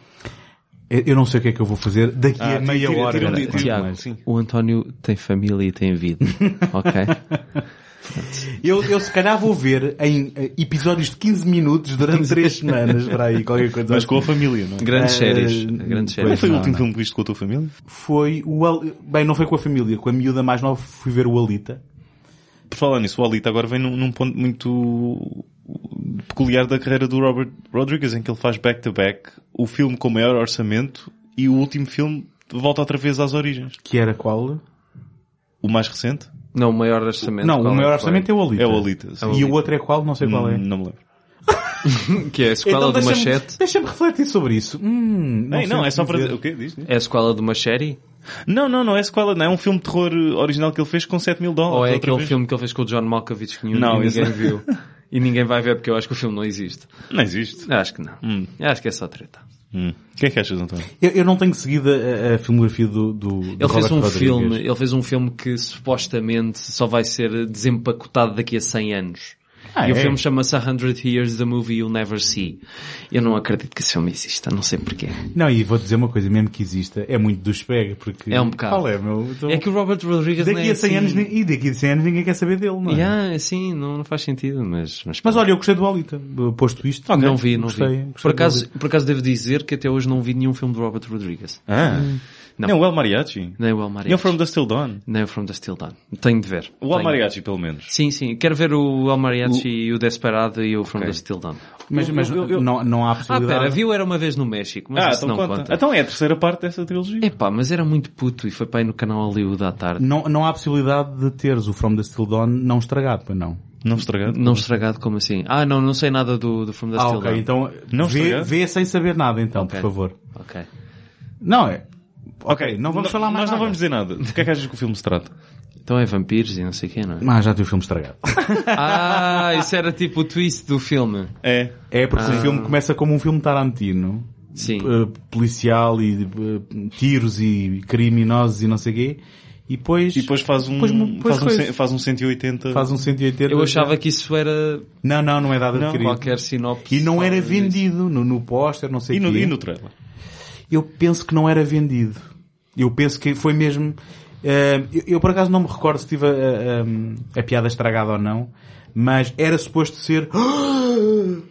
Eu eu não sei o que é que eu vou fazer daqui Ah, a meia tira- hora. tira é? um dia- quanto tira- Tiago, mais. o António tem família e tem vida. ok? Eu, eu se calhar vou ver em eh, episódios de 15 minutos durante 3 semanas, para aí, qualquer coisa Mas assim. com a família, não é? Grandes Eh, séries. Grandes pois. Não séries. foi o não, último não. filme que viste com a tua família? Foi o... Al- Bem, não foi com a família, com a miúda mais nova fui ver o Alita. Por falar nisso, o Alita agora vem num, num ponto muito peculiar da carreira do Robert Rodriguez, em que ele faz back-to-back o filme com o maior orçamento e o último filme volta outra vez às origens. Que era qual? O mais recente Não, o maior orçamento. Não, qual o maior que foi? orçamento é o Alita. é o Alita. sim. E o outro é qual? Não sei qual é. Então, Hum, Não me lembro. Que é a sequela de uma deixa-me machete. deixa refletir sobre isso. Hum, Não, sei não, o é que só para dizer. dizer. O quê? Diz, diz. É a sequela de uma série? Não, não, não é sequela, não. É um filme de terror eh, original que ele fez com 7 mil dólares. Ou é outra aquele vez. filme que ele fez com o John Malkovich que nenhum, Não, ninguém isso- viu? E ninguém vai ver porque eu acho que o filme não existe. Não existe. Eu acho que não. Hum. Eu acho que é só treta. Hum. O que é que achas, António? Eu, eu não tenho seguido a, a filmografia do, do do Ele fez Robert um Rodrigues. filme, ele fez um filme que supostamente só vai ser desempacotado daqui a 100 anos. Ah, e o é? filme chama-se A Hundred Years, The Movie You'll Never See. Eu não acredito que esse filme exista, não sei porquê. Não, e vou dizer uma coisa, mesmo que exista, é muito do espega, porque... É um bocado. Qual é, meu? Então, É que o Robert Rodriguez daqui não é a 100 assim... anos, ni- e daqui a 100 anos ninguém quer saber dele, não é? Yeah, sim, não, não faz sentido, mas... Mas, Mas olha, eu gostei do Alita, do- posto isto. não vi, não gostei, vi. gostei por, do acaso, Alita. por acaso devo dizer que até hoje não vi nenhum filme de Robert Rodriguez. Ah, Não. não. o El Mariachi. Nem o El Mariachi. Nem o From the Still Dawn. Nem o From the Still Dawn. Tenho de ver. O El Tenho. Mariachi, pelo menos. Sim, sim. Quero ver o El Mariachi e o Desperado e o From the Still Dawn. Mas, mas Não, não há Ah, possibilidade... pera, viu Era Uma Vez no México, mas Ah, isso então não conta. conta. É. Então é a terceira parte dessa trilogia. Epá, mas era muito puto e foi para aí no canal Hollywood à tarde. Não, não há possibilidade de teres o From the Still Dawn não estragado, pois não. Não estragado? Não estragado como assim? Ah, não, não sei nada do, do From the Ah, Still ok, Dawn. então Não vê, estragado? vê sem saber nada então, Ok. por favor. Ok. Não, é... Ok, não vamos Não- falar Nós mais não nada. vamos dizer nada. Do que é que achas que o filme se trata? Então é vampiros e não sei o quê, não é? Ah, já tem o filme estragado. Ah, isso era tipo o twist do filme. É. É porque o filme começa como um filme Tarantino, Sim. eh, policial e eh, tiros e criminosos e não sei o quê, e depois, E depois faz um, Pois, pois faz, um coisa. cen- faz um 180. faz um 180. Eu achava que isso era Não, não, não é dado adquirido. qualquer sinopse. E não era Talvez. vendido no, no póster, não sei e, o no, quê. e no trailer. Eu penso que não era vendido. Eu penso que foi mesmo... eh, eu, eu por acaso não me recordo se tive a, a- a- a piada estragada ou não, mas era suposto ser...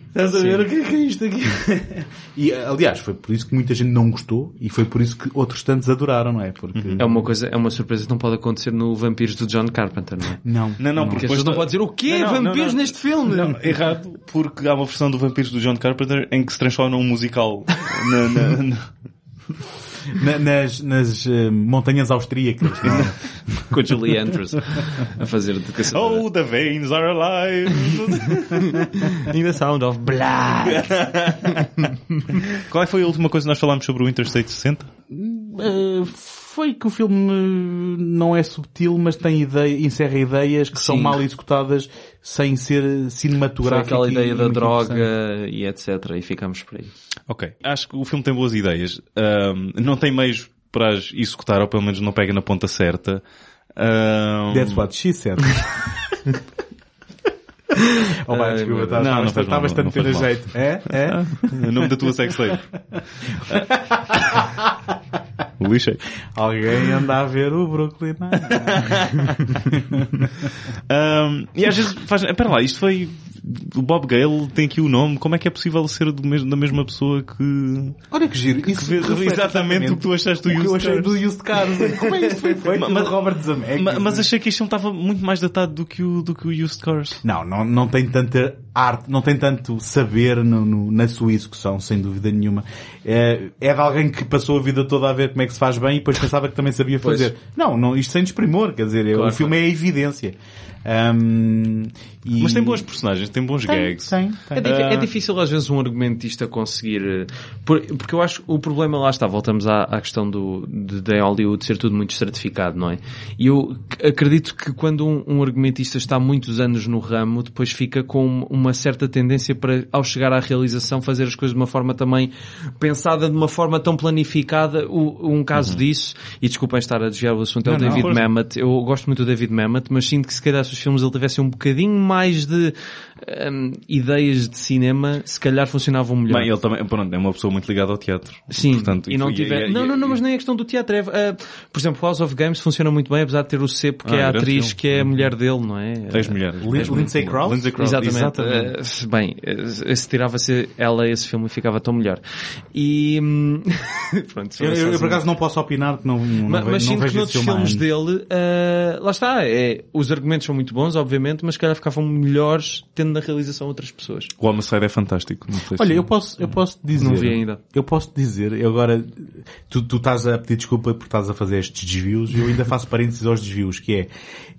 Estás a ver o que é, que é isto aqui? e aliás, foi por isso que muita gente não gostou e foi por isso que outros tantos adoraram, não é? Porque... É uma coisa, é uma surpresa que não pode acontecer no Vampiros do John Carpenter, não é? Não. é Não, não, porque Porque as depois pessoas não tá- podem dizer o Não, quê? não, não, Vampiros não. neste filme? Não, é- errado, porque há uma versão do Vampiros do John Carpenter em que se transforma num musical na, na- na- Na- nas nas eh, montanhas austríacas. não é? Com a Julie Andrews a fazer de caçadora. Oh, the veins are alive! In the sound of black. Qual é que foi a última coisa que nós falámos sobre o Interstate 60? Eh, foi que o filme eh, não é subtil, mas tem ideia, encerra ideias que são Sim. mal executadas sem ser eh, Foi cinematográfico. aquela e- ideia e da muito interessante. droga e etc. E ficamos por aí. Ok. Acho que o filme tem boas ideias. Ahm, não tem meios para as executar, ou pelo menos não pega na ponta certa. Ahm, That's what she said. oh, vai, Ai, desculpa, meu está Deus. Não, não bastante, faz tá mal, bastante não faz ter mal. jeito. É? É? O nome da tua Ah, sex tape. Lixei. Alguém anda a ver o Brooklyn Nine-Nine. Ahm, e às vezes faz... Espera lá, isto foi... O Bob Gale tem aqui o nome. Como é que é possível ser do mesmo, da mesma pessoa que... Olha que giro. Isso vê reflete exatamente o que tu achaste do o que eu Used achei Cars. do Used Cars. Como é que isto foi feito? Mas- Mas, Robert Zemeckis. Ma- mas achei que este filme estava muito mais datado do que o, do que o Used Cars. Não, não, não tem tanta arte, não tem tanto saber no- no- na sua execução, sem dúvida nenhuma. É, é de alguém que passou a vida toda a ver como é que se faz bem e depois pensava que também sabia Pois. fazer. Não, não, isto sem desprimor, quer dizer, é- Claro, o filme é a evidência. Ahm, e- Mas tem bons personagens, tem bons Tem, gags. tem, tem. É, difi- é difícil às vezes um argumentista conseguir. eh, por- porque eu acho que o problema lá está. Voltamos à, à questão do, de, de Hollywood ser tudo muito estratificado, não é? E eu c- acredito que quando um, um argumentista está muitos anos no ramo, depois fica com uma certa tendência para, ao chegar à realização, fazer as coisas de uma forma também pensada, de uma forma tão planificada. O- um caso Uhum. disso, e desculpem estar a desviar o assunto, é o Não, não, David força. Mamet. Eu gosto muito do David Mamet, mas sinto que se calhar se os filmes ele tivesse um bocadinho mais de hum, ideias de cinema, se calhar funcionavam melhor. Bem, ele também, pronto, é uma pessoa muito ligada ao teatro. Sim, Portanto, e não e- tiver... e- não, e- não, não, mas nem a questão do teatro. É, ah, por exemplo, House of Games funciona muito bem, apesar de ter o Cepo, que Ah, é a grande atriz, filme. que é a mulher dele, não é? Tens mulheres. Lin- Lindsay Krause? Lindsay Krause. Exatamente. Exatamente. Eh, se bem, eh, se tirava-se ela esse filme ficava tão melhor. E hum, pronto. Eu, eu- eu, por sozinho. acaso não posso opinar que não, não, Ma- ve- mas não sinto que vejo esse noutros filme. há filmes anos. dele, ah, lá está, é, os argumentos são muito bons, obviamente, mas se calhar ficavam melhores tendo na realização outras pessoas. O Homicide é fantástico. Não sei se- Olha, eu posso, eu posso te dizer. Não vi ainda. Eu posso te dizer, eu agora, tu, tu estás a pedir desculpa por estás a fazer estes desvios e eu ainda faço parênteses aos desvios, que é,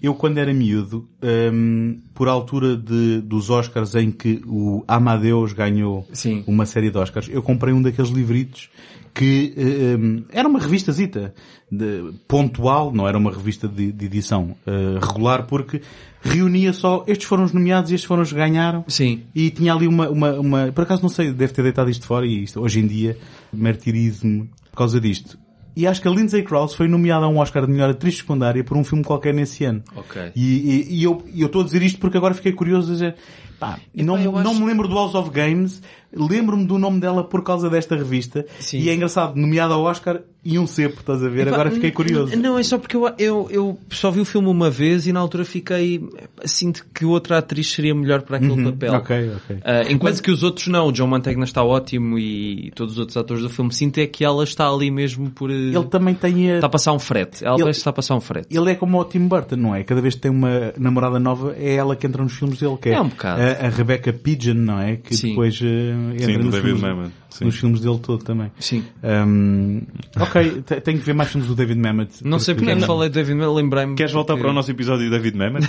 eu quando era miúdo, hum, por altura de, dos Oscars em que o Amadeus ganhou Sim. uma série de Oscars, eu comprei um daqueles livritos que eh, hum, era uma revistazita de, pontual, não era uma revista de, de edição eh, regular, porque reunia só estes foram os nomeados, estes foram os que ganharam, Sim. e tinha ali uma, uma, uma- por acaso não sei, deve ter deitado isto fora e isto, hoje em dia, martirismo por causa disto. E acho que a Lindsay Krause foi nomeada a um Oscar de melhor atriz secundária por um filme qualquer nesse ano. Ok. E, e- e eu e eu estou a dizer isto porque agora fiquei curioso a dizer, Pá, não, eu não acho- me lembro do House of Games, lembro-me do nome dela por causa desta revista. Sim. E é engraçado, nomeada ao Oscar e um cepo, estás a ver? Epá, Agora fiquei n- curioso. n- Não, é só porque eu, eu, eu só vi o filme uma vez e na altura fiquei... Sinto que outra atriz seria melhor para aquele papel. Uhum. Ok, ok. Ah, enquanto que os outros não, o John Mantegna está ótimo e todos os outros atores do filme, sinto é que ela está ali mesmo por... eh, Ele também tem a... Está a passar um frete. Ela Ele- parece que está a passar um frete. Ele é como o Tim Burton, não é? Cada vez que tem uma namorada nova, é ela que entra nos filmes dele. Que é, É um bocado. A, a Rebecca Pigeon, não é? Que Sim. depois eh, entra Sim, do nos, David filmes, Mamet. Sim. nos filmes dele todo também. Sim. Hum, ok, te- tenho que ver mais filmes do David Mamet. Não sei porque é que falei de David Mamet, lembrei-me. Queres voltar porque para o nosso episódio de David Mamet?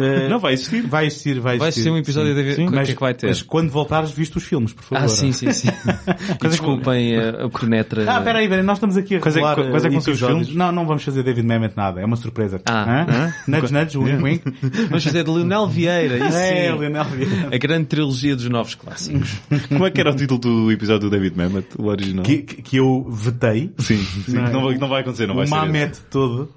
Eh, não vai existir. Vai existir, vai existir. Vai ser um episódio de David Sim, Mamet. mas, que é que vai ter? mas quando voltares, viste os filmes, por favor. Ah, sim, sim, sim. E desculpem eh, a, a penetra. Ah, peraí, peraí, nós estamos aqui a Quais é que- revelar eh, quais é que vão ser os episódios. filmes? Não, não vamos fazer David Mamet nada, é uma surpresa. Ah. Hã? Nudge, nudge, wink, wink. Vamos fazer de Leonel Vieira. Isso É, sim. Leonel Vieira. A grande trilogia dos novos clássicos. Como é que era o título do episódio do David Mamet? O original? Que, que que eu vetei. Sim, sim. Não, vai, não vai acontecer, não vai o ser. esse. Mamet todo.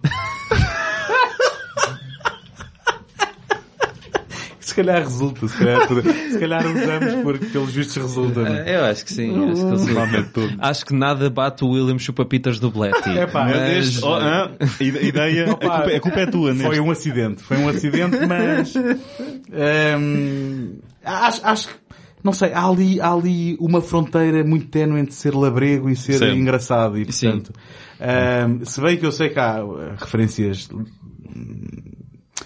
se calhar resulta, se calhar, tudo- se calhar usamos porque pelos vistos resulta. não é? Ah, Eu acho que sim. Acho que, sim. Mamet todo. Acho que nada bate o William Chupapitas do Bletty. Epá, Mas Mas- este- oh, hã? Ide- ideia, a culpa, a culpa é tua, né? Foi um acidente, foi um acidente, mas hum, acho, acho que não sei, há ali, há ali uma fronteira muito ténue entre ser labrego e ser Sim. engraçado e Sim. portanto hum, se bem que eu sei que há uh, referências hum,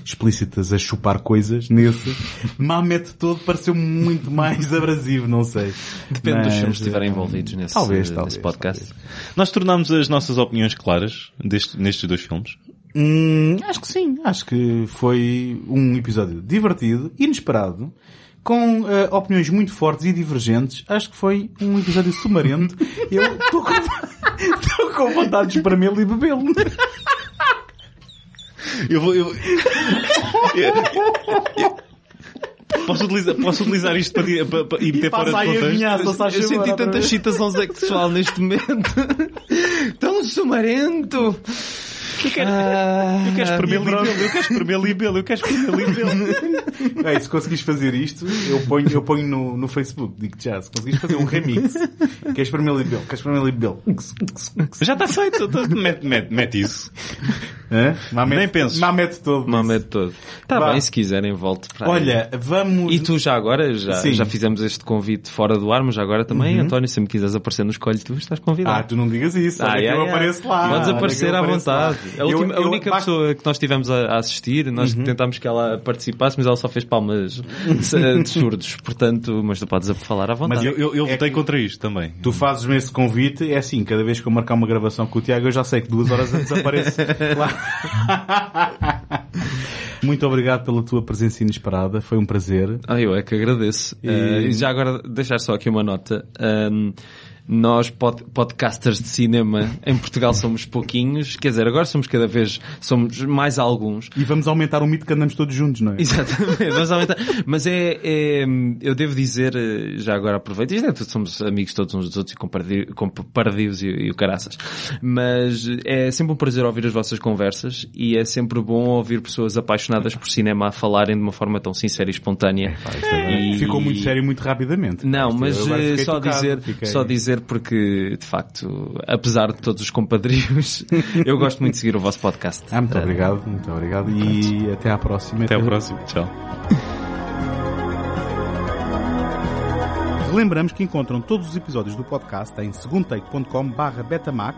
explícitas a chupar coisas nesse Mamet todo pareceu muito mais abrasivo, não sei Depende dos Mas, É, filmes que estiverem hum, envolvidos nesse, talvez, nesse talvez, podcast. Nós tornámos as nossas opiniões claras deste- nestes dois filmes. Hum, acho que sim. Acho que foi um episódio divertido, inesperado, com eh, opiniões muito fortes e divergentes. Acho que foi um episódio sumarento. Eu estou com, tô com vontade de espremê-lo e bebê-lo. Eu vou. Eu... Eu- eu- Posso utilizar, posso utilizar isto para, ti- para- para- e meter fora Passa de aí a contexto? vinhaça, se achas Eu senti agora, tanta outra excitação sexual neste momento. Tão sumarento. Ah, Eu quero espremer E droga. libelo, eu quero espremer libelo, eu quero espremer libelo. vez. Ei, se conseguis fazer isto, eu ponho, eu ponho no, no Facebook, digo já, se conseguis fazer um remix, queres espremê-lo e bebê-lo, queres espremê-lo e bebê-lo. Já está feito, eu tô- mete, mete, mete isso. Hã? Mamet- Nem penses. Mamet todo. Mamãe todo. Tá Vá. bem, se quiserem, volte para aí. Olha, vamos... E tu já agora, já, Sim. Uhum. já fizemos este convite fora do ar, mas já agora também, António, se me quiseres aparecer no escolho, tu estás Ah, convidado. tu não digas isso. Ah, olha que yeah, eu yeah. apareço lá. Podes olha que aparecer eu à apareço lá. vontade. A, última- a Eu- Uhum. eu- única basta- pessoa que nós tivemos a, a assistir, nós tentámos que ela participasse, mas ela só fez palmas eh, de de surdos. Portanto, mas tu podes falar à vontade. Mas eu, eu, eu É votei que- contra isto também. Tu fazes-me esse convite, é assim, cada vez que eu marcar uma gravação com o Tiago, eu já sei que duas horas antes apareço lá. Muito obrigado pela tua presença inesperada, foi um prazer. Ah, eu é que agradeço. Eh, E já agora deixar só aqui uma nota. Ahm, nós, pod- podcasters de cinema, em Portugal somos pouquinhos. Quer dizer, agora somos cada vez, somos mais alguns. E vamos aumentar o mito que andamos todos juntos, não é? Exatamente, vamos aumentar. Mas é, é, eu devo dizer, eh, já agora aproveito, isto é tudo, somos amigos todos uns dos outros e compardi- compardios e, e o caraças. Mas eh, é sempre um prazer ouvir as vossas conversas e é sempre bom ouvir pessoas apaixonadas por cinema a falarem de uma forma tão sincera e espontânea. E- é Ficou muito sério muito rapidamente. não, Isto, mas eu agora eh, fiquei só tocado, dizer, fiquei- só dizer porque, de facto, apesar de todos os compadrios, eu gosto muito de seguir o vosso podcast. Ah, muito Eh, obrigado, muito obrigado e até à próxima. Até ao próximo, tchau. Relembramos que encontram todos os episódios do podcast em segundotake.com.br betamax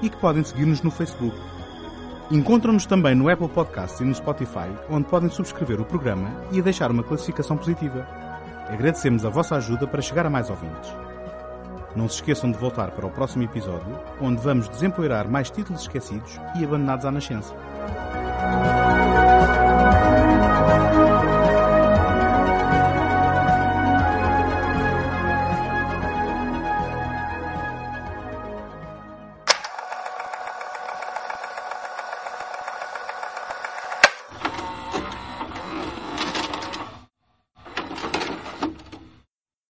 e que podem seguir-nos no Facebook. Encontram-nos também no Apple Podcasts e no Spotify, onde podem subscrever o programa e deixar uma classificação positiva. Agradecemos a vossa ajuda para chegar a mais ouvintes. Não se esqueçam de voltar para o próximo episódio, onde vamos desempoeirar mais títulos esquecidos e abandonados à nascença.